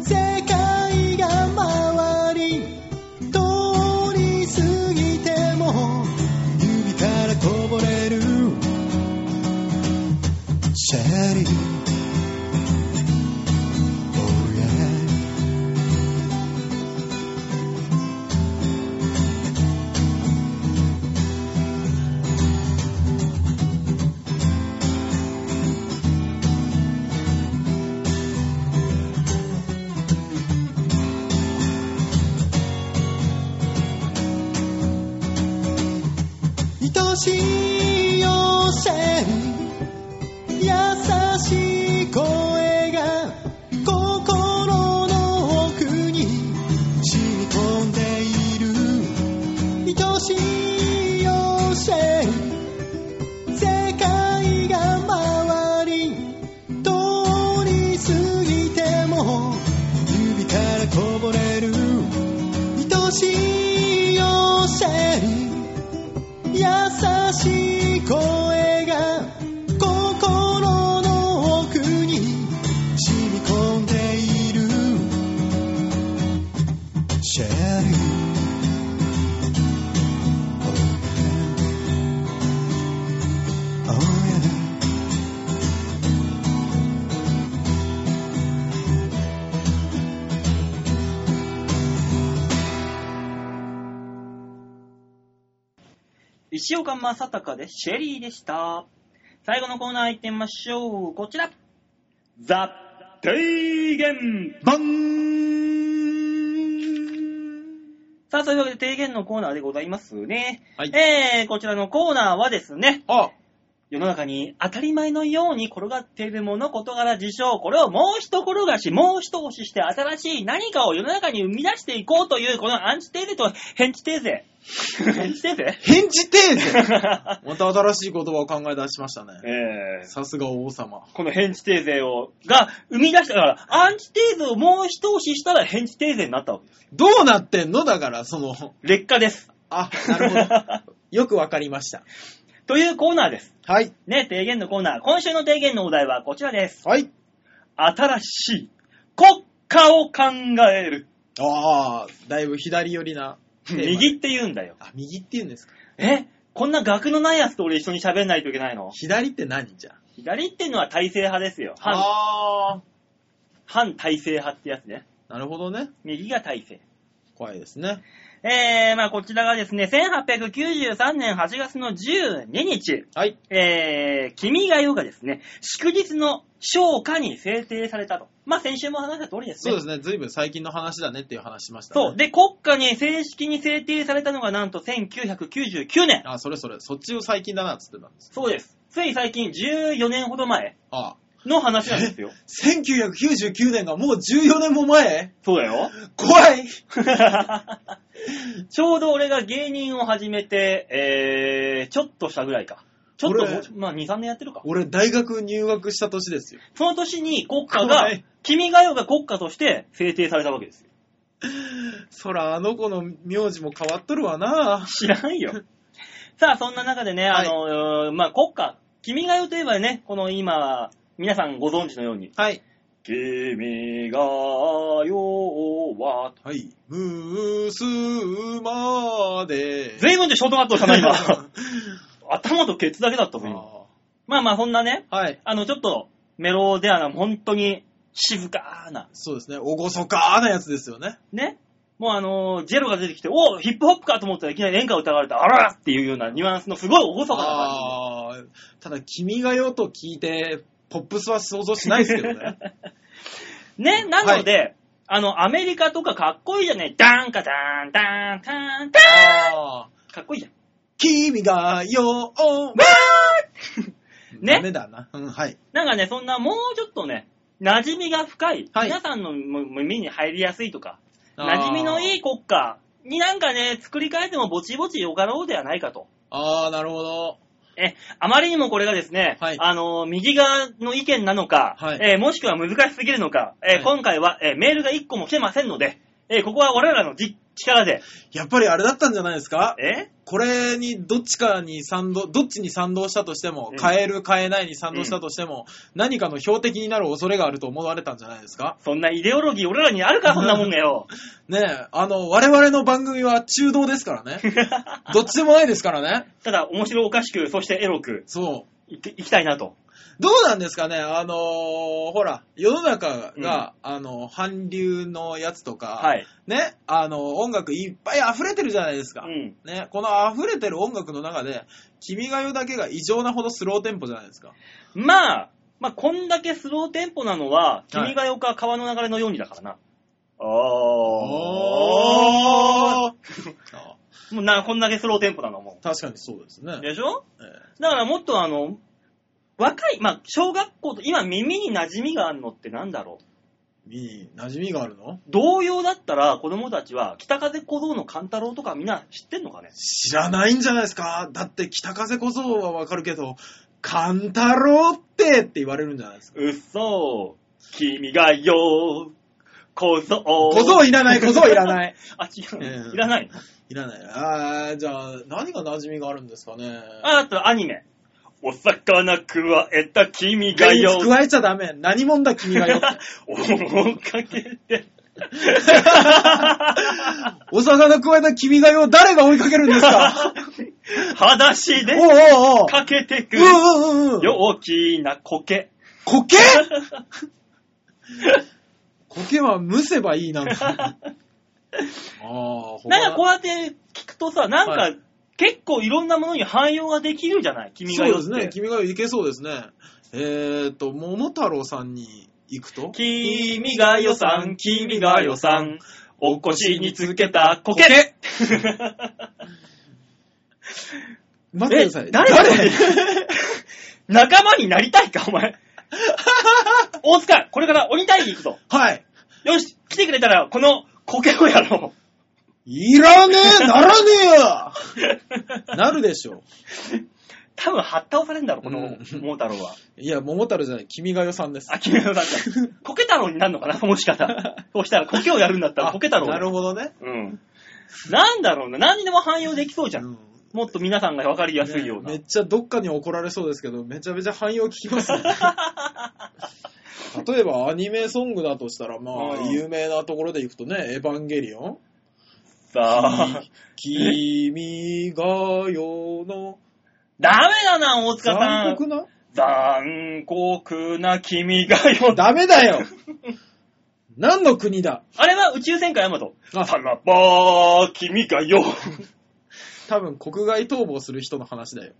Speaker 3: 世界が回り通り過ぎても指からこぼれるシェリー Oh yeah 愛しいよせ優しい声が心の奥に染み込んでいる愛しいよせ世界が回り通り過ぎても指からこぼれる愛しいよせ優しい声が心の奥に染み込んでいるシェリー
Speaker 5: 石岡正隆でシェリーでした。最後のコーナー行ってみましょう。こちら。ザ・提言
Speaker 2: バン
Speaker 5: さあ、そういうわけで提言のコーナーでございますね。
Speaker 2: はい
Speaker 5: えー、こちらのコーナーはですね、
Speaker 2: あ
Speaker 5: 世の中に当たり前のように転がっているもの、事柄、事象、これをもう一転がし、もう一押しして新しい何かを世の中に生み出していこうという、このアンチテーゼとヘンチテーゼ。ヘンチテーゼ
Speaker 2: 返事テーゼまた新しい言葉を考え出しましたね。
Speaker 5: えー
Speaker 2: さすが王様。
Speaker 5: このヘンチテーゼを、が生み出したから、アンチテーゼをもう一押ししたらヘンチテーゼになったわけです。
Speaker 2: どうなってんのだから、その、
Speaker 5: 劣化です。
Speaker 2: あ、なるほど。 よくわかりました。
Speaker 5: というコーナーです。
Speaker 2: はい。
Speaker 5: ね、提言のコーナー。今週の提言のお題はこちらです。
Speaker 2: はい。
Speaker 5: 新しい国家を考える。
Speaker 2: ああ、だいぶ左寄りな。
Speaker 5: 右って言うんだよ。
Speaker 2: あ、右って言うんですか。
Speaker 5: えこんな額のないやつと俺一緒に喋んないといけないの
Speaker 2: 左って何じゃ
Speaker 5: 左っていうのは体制派ですよ。反、
Speaker 2: ああ
Speaker 5: 反体制派ってやつね。
Speaker 2: ー。なるほどね。
Speaker 5: 右が体制。
Speaker 2: 怖いですね。
Speaker 5: えー、まあこちらがですね、1893年8月の12日、
Speaker 2: はい。
Speaker 5: えー、君が代がですね、祝日の昇華に制定されたと。まあ先週も話した通りですね。
Speaker 2: そうですね。ずいぶん最近の話だねっていう話しましたね。
Speaker 5: そう。で、国家に正式に制定されたのがなんと1999年。
Speaker 2: あ、それそれ。そっちを最近だなっつってたんです。
Speaker 5: そうです。つい最近14年ほど前
Speaker 2: ああ。
Speaker 5: の話な んですよ。
Speaker 2: 1999年がもう14年も前
Speaker 5: そうだよ。
Speaker 2: 怖い
Speaker 5: ちょうど俺が芸人を始めて、えー、ちょっとしたぐらいか。ちょっともう
Speaker 2: 俺、
Speaker 5: まあ2、3年やってるか。
Speaker 2: 俺、大学入学した年ですよ。
Speaker 5: その年に国家が
Speaker 2: 怖い、
Speaker 5: 君が代が国家として制定されたわけですよ。
Speaker 2: そら、あの子の名字も変わっとるわな
Speaker 5: 知らんよ。 さあ、そんな中でね、あの、うーまあ、国家、君が代といえばね、この今、皆さんご存知のように、
Speaker 2: はい。
Speaker 5: 君が代は、
Speaker 2: はい。むーすーまーで。
Speaker 5: 随分でショートカットしたな、今。 頭とケツだけだったぞ、今。
Speaker 2: あ
Speaker 5: まあまあ、そんなね、
Speaker 2: ーはい。
Speaker 5: あの、ちょっと、メロではな、本当に、静かな、
Speaker 2: そうですね。おごそかーなやつですよね。
Speaker 5: ね。もうあのージェロが出てきて、おヒップホップかと思ったらいきなり演歌を歌われた、あらっていうようなニュアンスのすごい厳かな感じ。
Speaker 2: あーただ、君が代と聞いて、ポップスは想像しないですけど ね。
Speaker 5: ね、なので、あの、アメリカとかかっこいいじゃねダンカダン、ダン、タン、タ
Speaker 2: あー
Speaker 5: ンかっこいいじゃん。
Speaker 2: 君が代を、
Speaker 5: ね
Speaker 2: ダメだな。うん、はい。
Speaker 5: なんかね、そんなもうちょっとね、馴染みが深い、
Speaker 2: はい
Speaker 5: 皆さんの耳に入りやすいとか、
Speaker 2: あー
Speaker 5: 馴染みのいい国家になんかね、作り変えてもぼちぼちよかろうではないかと。
Speaker 2: あー、なるほど。
Speaker 5: え、あまりにもこれがですね、
Speaker 2: はい
Speaker 5: あの、右側の意見なのか、
Speaker 2: はい
Speaker 5: えーもしくは難しすぎるのか、えー
Speaker 2: はい
Speaker 5: 今回は、えーメールが1個も来てませんので、えーここは我らのじ力で、
Speaker 2: やっぱりあれだったんじゃないですか
Speaker 5: え
Speaker 2: これにどっちかに賛同、どっちに賛同したとしても
Speaker 5: うん、
Speaker 2: 変える変えないに賛同したとしても、何かの標的になる恐れがあると思われたんじゃないですか
Speaker 5: そんなイデオロギー俺らにあるか、そんなもんが よ。
Speaker 2: ねえ、あの、我々の番組は中道ですから ね。どっちでもないですからね。
Speaker 5: ただ、面白おかしく、そしてエロく、
Speaker 2: そう。
Speaker 5: いきいきたいなと。
Speaker 2: どうなんですかねあのーほら、世の中が、あの、韓流のやつとか、
Speaker 5: はい。
Speaker 2: ね、あの、音楽いっぱい溢れてるじゃないです
Speaker 5: う
Speaker 2: か。
Speaker 5: ん。
Speaker 2: ね、この溢れてる音楽の中で、君が代だけが異常なほどスローテンポじゃないですか。
Speaker 5: まあ、まあ、こんだけスローテンポなのは、
Speaker 2: はい
Speaker 5: 君が丘か川の流れのようにだからな。あ
Speaker 2: お
Speaker 5: ー。
Speaker 2: ー
Speaker 5: もうな、こんだけスローテンポなのも
Speaker 2: 確かにそうですね
Speaker 5: う。。でしょ
Speaker 2: え
Speaker 5: だからもっとあの、若い、まあ、小学校と、今耳に馴染みがあるのってなんだろう。
Speaker 2: えいい馴染みがあるの
Speaker 5: 童謡だったら子供たちは、北風小僧の勘太郎とかみんな知ってんのかね
Speaker 2: 知らないんじゃないですかだって北風小僧はわかるけど、カンタロウってって言われるんじゃない ですか。
Speaker 5: うっそー、君がよー、小僧。
Speaker 2: 小僧いらない、小僧いらない。
Speaker 5: あ、違う。
Speaker 2: うん
Speaker 5: いらない。
Speaker 2: いらない。あーじゃあ、何が馴染みがあるんですかね。
Speaker 5: あ、あとアニメ。お魚くわえた君が
Speaker 2: 手に
Speaker 5: よー。
Speaker 2: 加えちゃダメ。何者だ、君が よ。
Speaker 5: おかけて。
Speaker 2: お魚加えた君がよ、誰が追いかけるんです か
Speaker 5: 裸足で
Speaker 2: おうおうおう。
Speaker 5: かけてく。
Speaker 2: うんうんうんうん。
Speaker 5: 大きな苔。
Speaker 2: 苔苔は蒸せばいいなんか。 ああ、ほ
Speaker 5: なんかこうやって聞くとさ、なん
Speaker 2: は
Speaker 5: か結構いろんなものに汎用ができるじゃない君が
Speaker 2: そう
Speaker 5: よ
Speaker 2: で
Speaker 5: っ
Speaker 2: すね。
Speaker 5: て。
Speaker 2: 君が代いけそうですね。えーと、桃太郎さんに行くと
Speaker 5: 君がよさん、君がよさん、おこしにつけた 苔。
Speaker 2: 待ってく
Speaker 5: え
Speaker 2: ださい。
Speaker 5: 誰 仲間になりたいか、お 前。大塚、これから鬼退治行くぞ。
Speaker 2: はい。
Speaker 5: よし、来てくれたら、この苔をやろう。
Speaker 2: いらねえならねえ よなるでしょう。
Speaker 5: 多分、発倒されるんだろ、この
Speaker 2: うん
Speaker 5: 桃太郎は。
Speaker 2: いや、桃太郎じゃない、君が代さんです。
Speaker 5: あ、君がよさんか。苔太郎になるのかな、もしかしたら。そうしたら、苔をやるんだったら、苔太郎。
Speaker 2: なるほどね。
Speaker 5: うん。なんだろうな、何にでも汎用できそうじゃ
Speaker 2: うん
Speaker 5: ん。もっと皆さんが分かりやすいような。
Speaker 2: めっちゃどっかに怒られそうですけど、めちゃめちゃ汎用聞き ますね。例えばアニメソングだとしたら、まあ、
Speaker 5: うん
Speaker 2: 有名なところでいくとね、エヴァンゲリオン
Speaker 5: さあ、
Speaker 2: 君が代の
Speaker 5: ダメだな、大塚さ
Speaker 2: 残
Speaker 5: ん。
Speaker 2: 酷な
Speaker 5: 残酷な君がよ。
Speaker 2: ダメだよ何の国だ
Speaker 5: あれは宇宙戦艦ヤマト。
Speaker 2: あ
Speaker 5: さらば、君がよ。
Speaker 2: 多分国外逃亡する人の話だよ。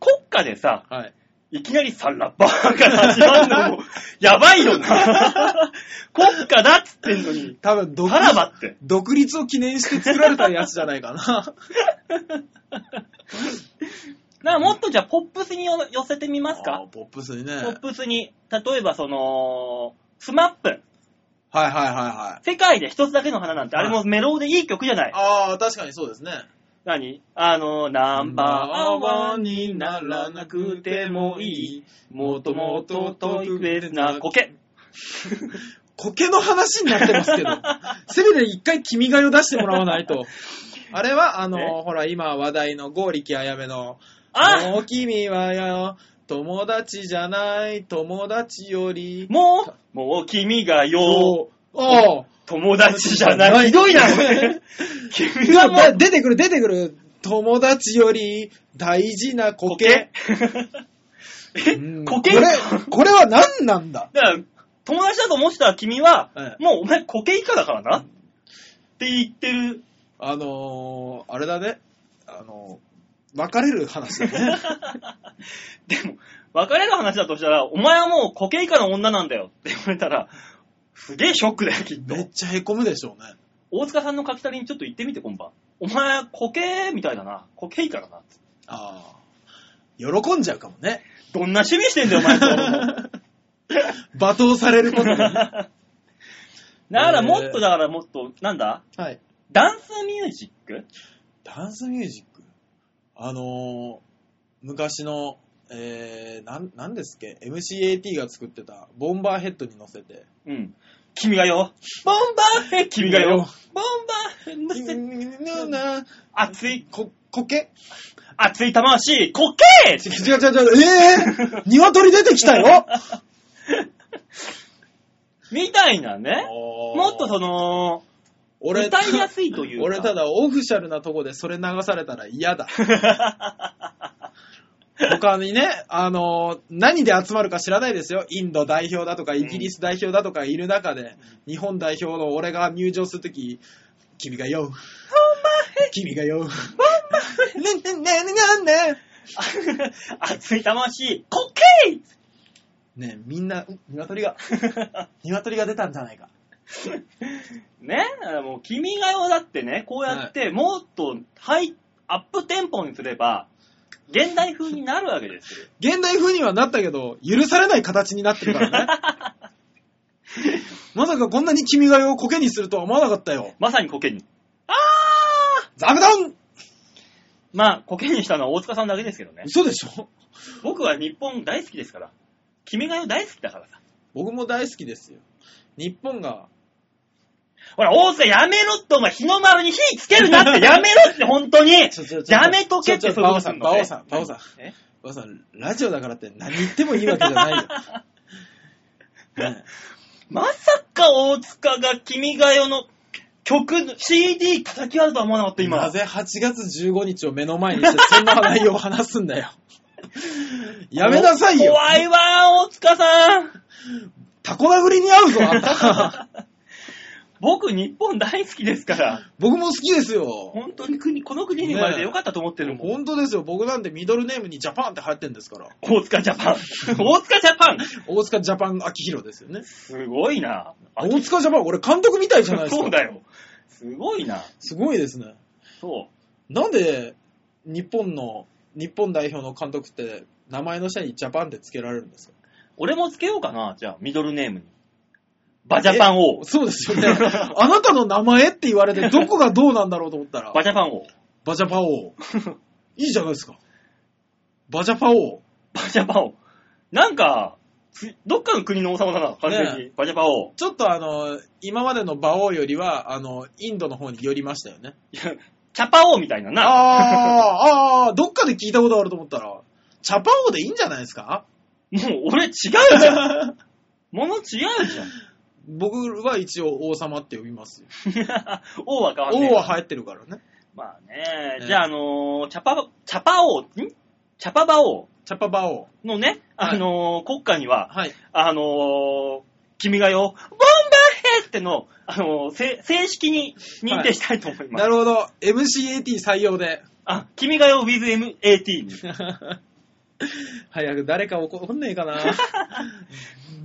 Speaker 5: 国家でさ、
Speaker 2: はい。
Speaker 5: いきなりさらばから始まるのも、やばいよな。国家だっつってんのに、
Speaker 2: 多分独
Speaker 5: さらばって。
Speaker 2: 独立を記念して作られたやつじゃないか な。
Speaker 5: だからもっとじゃあ、ポップスに寄せてみます
Speaker 2: あー
Speaker 5: か
Speaker 2: ポップスにね。
Speaker 5: ポ
Speaker 2: はい
Speaker 5: ップスに。例えばその、スマップ。
Speaker 2: はいはいはい。
Speaker 5: 世界で一つだけの花なんて、あれもメロウでいい曲じゃない。
Speaker 2: ああ、確かにそうですね。
Speaker 5: 何あの、ナンバーワンに
Speaker 2: に
Speaker 5: ならなくてもい
Speaker 2: い。
Speaker 5: もともと特別な苔。
Speaker 2: 苔の話になってますけ ど。せめて一回君が代出してもらわないと。 あれは、あの、ほら、今話題の剛力あやめの、
Speaker 5: あ
Speaker 2: もう君はよ、友達じゃない、友達より、
Speaker 5: もう、もう君がよ、
Speaker 2: よ、ああ、
Speaker 5: 友達じゃない。
Speaker 2: ひどい なこれ
Speaker 5: 君
Speaker 2: う
Speaker 5: が
Speaker 2: わ
Speaker 5: も
Speaker 2: だ
Speaker 5: う、
Speaker 2: 出てくる、出てくる。友達より大事な苔
Speaker 5: 苔。。え
Speaker 2: うん、
Speaker 5: 苔
Speaker 2: これ
Speaker 5: だ、
Speaker 2: これは何なんだ
Speaker 5: から、友達だと思ってた君は
Speaker 2: は、い
Speaker 5: もうお前苔以下だからな。って言ってる。
Speaker 2: あのー、あれだね。あのー、別れる話だ ね。
Speaker 5: でも、別れる話だとしたら、お前はもうコケ以下の女なんだよって言われたら、すげえショックだよ、きっと
Speaker 2: め。っちゃへこむでしょうね。
Speaker 5: 大塚さんの書き足りにちょっと言ってみて、今晩。お前、コケみたいだな。コケ以下だな。
Speaker 2: ああ。喜んじゃうかもね。
Speaker 5: どんな趣味してんだよ、お前と。
Speaker 2: 罵倒されることに。
Speaker 5: だから、もっと、だからもっと、なんだ
Speaker 2: はい。
Speaker 5: ダンスミュージック
Speaker 2: ダンスミュージッ クあのー昔の、えー、なん、なんですっけ ?MCAT が作ってた、ボンバーヘッドに乗せて。
Speaker 5: うん。君がよ。ボンバーヘ君がよ。ボンバーヘ
Speaker 2: 君のな
Speaker 5: 熱い、
Speaker 2: こ、こけ
Speaker 5: 熱い魂、こけ
Speaker 2: 違う違う違う、えぇ、 鶏出てきたよ
Speaker 5: みたいなね。もっとその、
Speaker 2: 俺
Speaker 5: 歌いやすいという か
Speaker 2: 俺ただオフィシャルなとこでそれ流されたら嫌 だ。他にね、あのー何で集まるか知らないですよ。インド代表だとか、イギリス代表だとかいる中で、日本代表の俺が入場するとき、君がよ、君がよ、ねねねねねね
Speaker 5: 熱い魂、こけ
Speaker 2: ねえみんな、ん鶏 が、鶏が出たんじゃないか。
Speaker 5: ね、もう君が代だってね、こうやってもっとハイ、アップテンポにすれば、現代風になるわけですよ。
Speaker 2: 現代風にはなったけど、許されない形になってるからね。 まさかこんなに君が代をコケにするとは思わなかったよ。
Speaker 5: まさにコケに。あー
Speaker 2: ザブドン
Speaker 5: まあ、コケにしたのは大塚さんだけですけどね。
Speaker 2: 嘘でしょ
Speaker 5: 僕は日本大好きですから。君が代大好きだからさ。
Speaker 2: 僕も大好きですよ。日本が、
Speaker 5: ほら、大塚やめろって、お前、日の丸に火つけるなって、やめろって、本当に
Speaker 2: ちょちょちょ
Speaker 5: やめとけって、
Speaker 2: ちょちょ
Speaker 5: そういうことすんのね
Speaker 2: 馬王さん馬王さん馬王さ
Speaker 5: え
Speaker 2: わざわざラジオだからって何言ってもいいわけじゃない よ。ね
Speaker 5: まさか大塚が君が代の曲、CD 叩き割るとは思わなかった、
Speaker 2: え
Speaker 5: 今。
Speaker 2: なぜ8月15日を目の前にしてそんな内容を話すん だよ。やめなさいよ。
Speaker 5: 怖いわー、大塚さん。
Speaker 2: タコ殴りに合うぞ、あん た。
Speaker 5: 僕、日本大好きですから。
Speaker 2: 僕も好きですよ。
Speaker 5: 本当に国、この国に生まれてよかったと思ってるもん。
Speaker 2: 本当ですよ。僕なんてミドルネームにジャパンって入ってんですから。
Speaker 5: 大塚ジャ パン。大塚ジャパン。
Speaker 2: 大塚ジャパン秋広ですよね。
Speaker 5: すごいな。あ
Speaker 2: 大塚ジャパン、俺監督みたいじゃない ですか。
Speaker 5: そうだよ。すごいな。
Speaker 2: すごいですね。
Speaker 5: そ
Speaker 2: なんで、日本の、日本代表の監督って、名前の下にジャパンって付けられるんですか
Speaker 5: う。俺もつけようかな、じゃあ、ミドルネームに。バジャパン王
Speaker 2: え。そうですよね。 あなたの名前って言われて、どこがどうなんだろうと思ったら、
Speaker 5: バジャパン王。
Speaker 2: バジャパオーいいじゃないですか。バジャパオー
Speaker 5: バジャパン王。なんか、つどっかの国の王様だな、完全に。
Speaker 2: ね
Speaker 5: バジャパン王。
Speaker 2: ちょっとあの、今までの馬王よりは、あの、インドの方に寄りましたよね。
Speaker 5: いやチャパ王みたいなな。
Speaker 2: あー、あー、どっかで聞いたことあると思ったら、チャパオでいいんじゃないですか
Speaker 5: もう俺違うじゃん。 もの違うじゃん。
Speaker 2: 僕は一応王様って呼びますよ。
Speaker 5: 王は変わん
Speaker 2: 王
Speaker 5: ねえから
Speaker 2: は入ってるからね。
Speaker 5: まあね、
Speaker 2: ね
Speaker 5: じゃあ、あのーチャパ、チャパ王、んチャパバ王
Speaker 2: チャパバ王。
Speaker 5: のね、
Speaker 2: はい
Speaker 5: あのー国歌には、
Speaker 2: はい。
Speaker 5: あのー君がよ、ボンバーヘっての、あのーせ正式に認定したいと思います。
Speaker 2: なるほど。MCAT 採用で。
Speaker 5: あ、君がよ WithMAT に。
Speaker 2: 早く誰か怒んねえか な。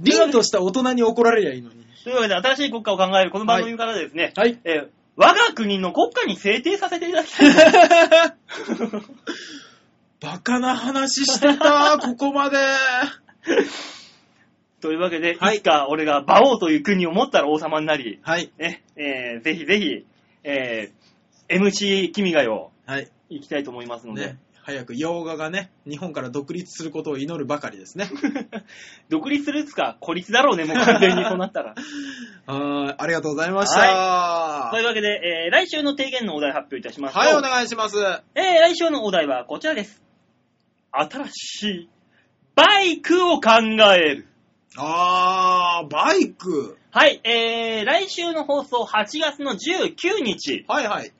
Speaker 2: 凛とした大人に怒られりゃいいのに。
Speaker 5: というわけで、新しい国歌を考えるこの番組からですね、
Speaker 2: はい。
Speaker 5: えー我が国の国歌に制定させていただきたいと 思います。
Speaker 2: バカな話して た、ここまで。
Speaker 5: というわけで、
Speaker 2: はい
Speaker 5: い、つか俺が馬王という国を持ったら王様になり、
Speaker 2: はい。
Speaker 5: ね、えーぜひぜひ、えー MC 君がよ、
Speaker 2: はい。
Speaker 5: 行きたいと思いますので、
Speaker 2: ね。早く洋画がね、日本から独立することを祈るばかりです ね。
Speaker 5: 独立するっつか孤立だろうね、もう完 全にこうなったら。
Speaker 2: あーありがとうございました。
Speaker 5: と
Speaker 2: は
Speaker 5: いうわけで、えー来週の提言のお題発表いたします
Speaker 2: い、
Speaker 5: と。
Speaker 2: お願いします。
Speaker 5: えー来週のお題はこちらです。新しいバイクを考える。
Speaker 2: あー、バイク。
Speaker 5: はい、えー、来週の放送8月の19日、
Speaker 2: はいはい。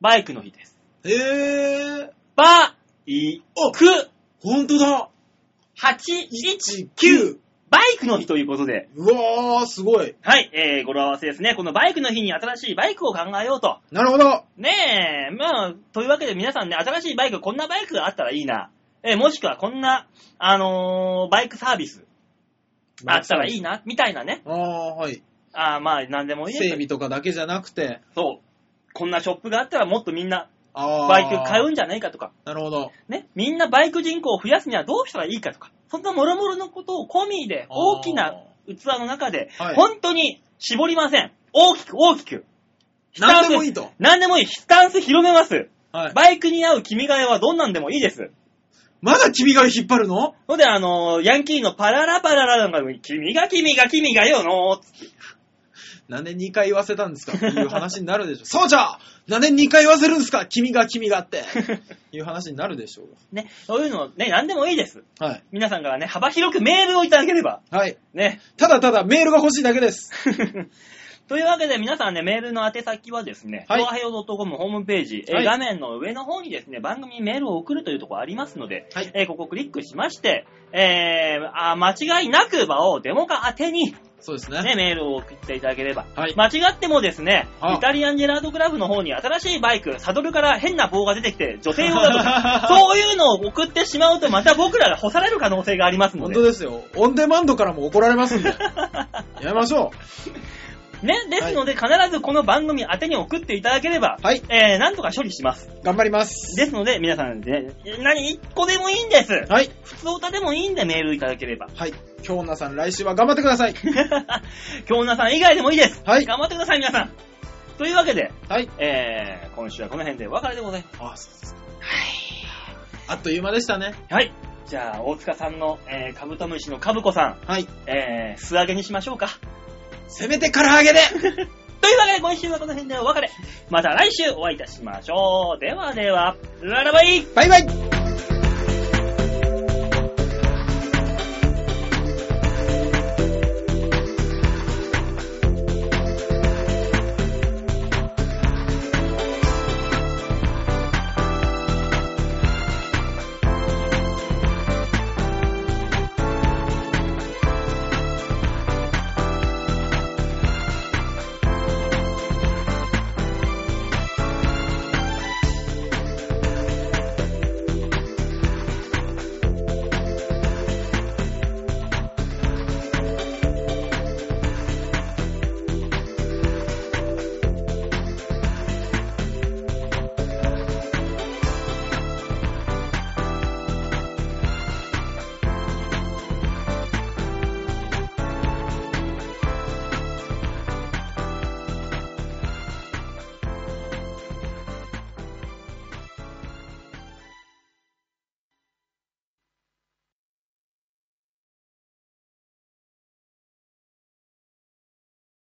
Speaker 5: バイクの日です。
Speaker 2: えー、
Speaker 5: バイク
Speaker 2: ほんとだ。
Speaker 5: 819バイクの日ということで、
Speaker 2: うわー、すごい。
Speaker 5: はい、えー、語呂合わせですね。このバイクの日に新しいバイクを考えようと。
Speaker 2: なるほど。
Speaker 5: ねえ、まあ、というわけで皆さんね、新しいバイク、こんなバイクがあったらいいな。えー、もしくはこんな、あのーバイクサービスあったらいいな、みたいなね。
Speaker 2: あー、はい。
Speaker 5: あーまあ、なんでもいい
Speaker 2: 整
Speaker 5: です。
Speaker 2: 備とかだけじゃなくて、
Speaker 5: そう。こんなショップがあったらもっとみんな
Speaker 2: あー
Speaker 5: バイク買うんじゃないかとか、
Speaker 2: なるほど。
Speaker 5: ね、みんなバイク人口を増やすにはどうしたらいいかとか、そんなもろもろのことを込みで、
Speaker 2: あー
Speaker 5: 大きな器の中で
Speaker 2: は、い
Speaker 5: 本当に絞りません。大きく大きく。
Speaker 2: 何でもいいと。
Speaker 5: 何でもいい。スタンス広めます。
Speaker 2: はい。
Speaker 5: バイクに合う君が代はどんなんでもいいです。
Speaker 2: まだ君が引っ張るの
Speaker 5: ほんで、あのーヤンキーのパララパララなんかでもいい君が君が君がよのー
Speaker 2: なんで2回言わせたんですかっていう話になるでし ょ。そうじゃなんで2回言わせるんですか君が君がって。いう話になるでしょう
Speaker 5: ね、そういうの、ね、何でもいいです。
Speaker 2: が。はい。
Speaker 5: 皆さんからね、幅広くメールをいただければ、
Speaker 2: はい。
Speaker 5: ね。
Speaker 2: ただただメールが欲しいだけです。
Speaker 5: というわけで皆さんね、メールの宛先はですね、
Speaker 2: はい
Speaker 5: はい、平洋 .com ホームページ、えー
Speaker 2: はい
Speaker 5: 画面の上の方にですね、番組にメールを送るというところありますので、
Speaker 2: はい
Speaker 5: えーここをクリックしまして、えーあー間違いなく場をデモ化宛てに、
Speaker 2: そうですね。
Speaker 5: ね、メールを送っていただければ。
Speaker 2: はい
Speaker 5: 間違ってもですね、
Speaker 2: あ
Speaker 5: イタリアンジェラートクラブの方に新しいバイク、サドルから変な棒が出てきて、女性用だと か、そういうのを送ってしまうと、また僕らが干される可能性がありますの
Speaker 2: 本
Speaker 5: で。
Speaker 2: 当ですよ。オンデマンドからも怒られ ますんで。やめましょ
Speaker 5: ね、ですので、必ずこの番組宛てに送っていただければ、
Speaker 2: はい
Speaker 5: えー、なんとか処理します。
Speaker 2: う。頑張ります。
Speaker 5: ですので、皆さんね、何、一個でもいいんです。
Speaker 2: はい。
Speaker 5: 普通歌でもいいんで、メールいただければ。
Speaker 2: はい。京奈さん、来週は頑張ってくだ さい。
Speaker 5: 京奈さん以外でもいいです。
Speaker 2: はい
Speaker 5: 頑張ってください、皆さん。というわけで、
Speaker 2: はい。
Speaker 5: えー、今週はこの辺でお別れでございます。
Speaker 2: あ、そうですか。あっという間でしたね。
Speaker 5: はい。じゃあ、大塚さんの、えー、カブトムシのカブコさ
Speaker 2: はい。
Speaker 5: ん、えー、素揚げにしましょうか。
Speaker 2: せめて唐揚げで
Speaker 5: というわけで、今週はこの辺でお別れ。また来週お会いいたしましょう。ではでは、ララバイ
Speaker 2: バイバイ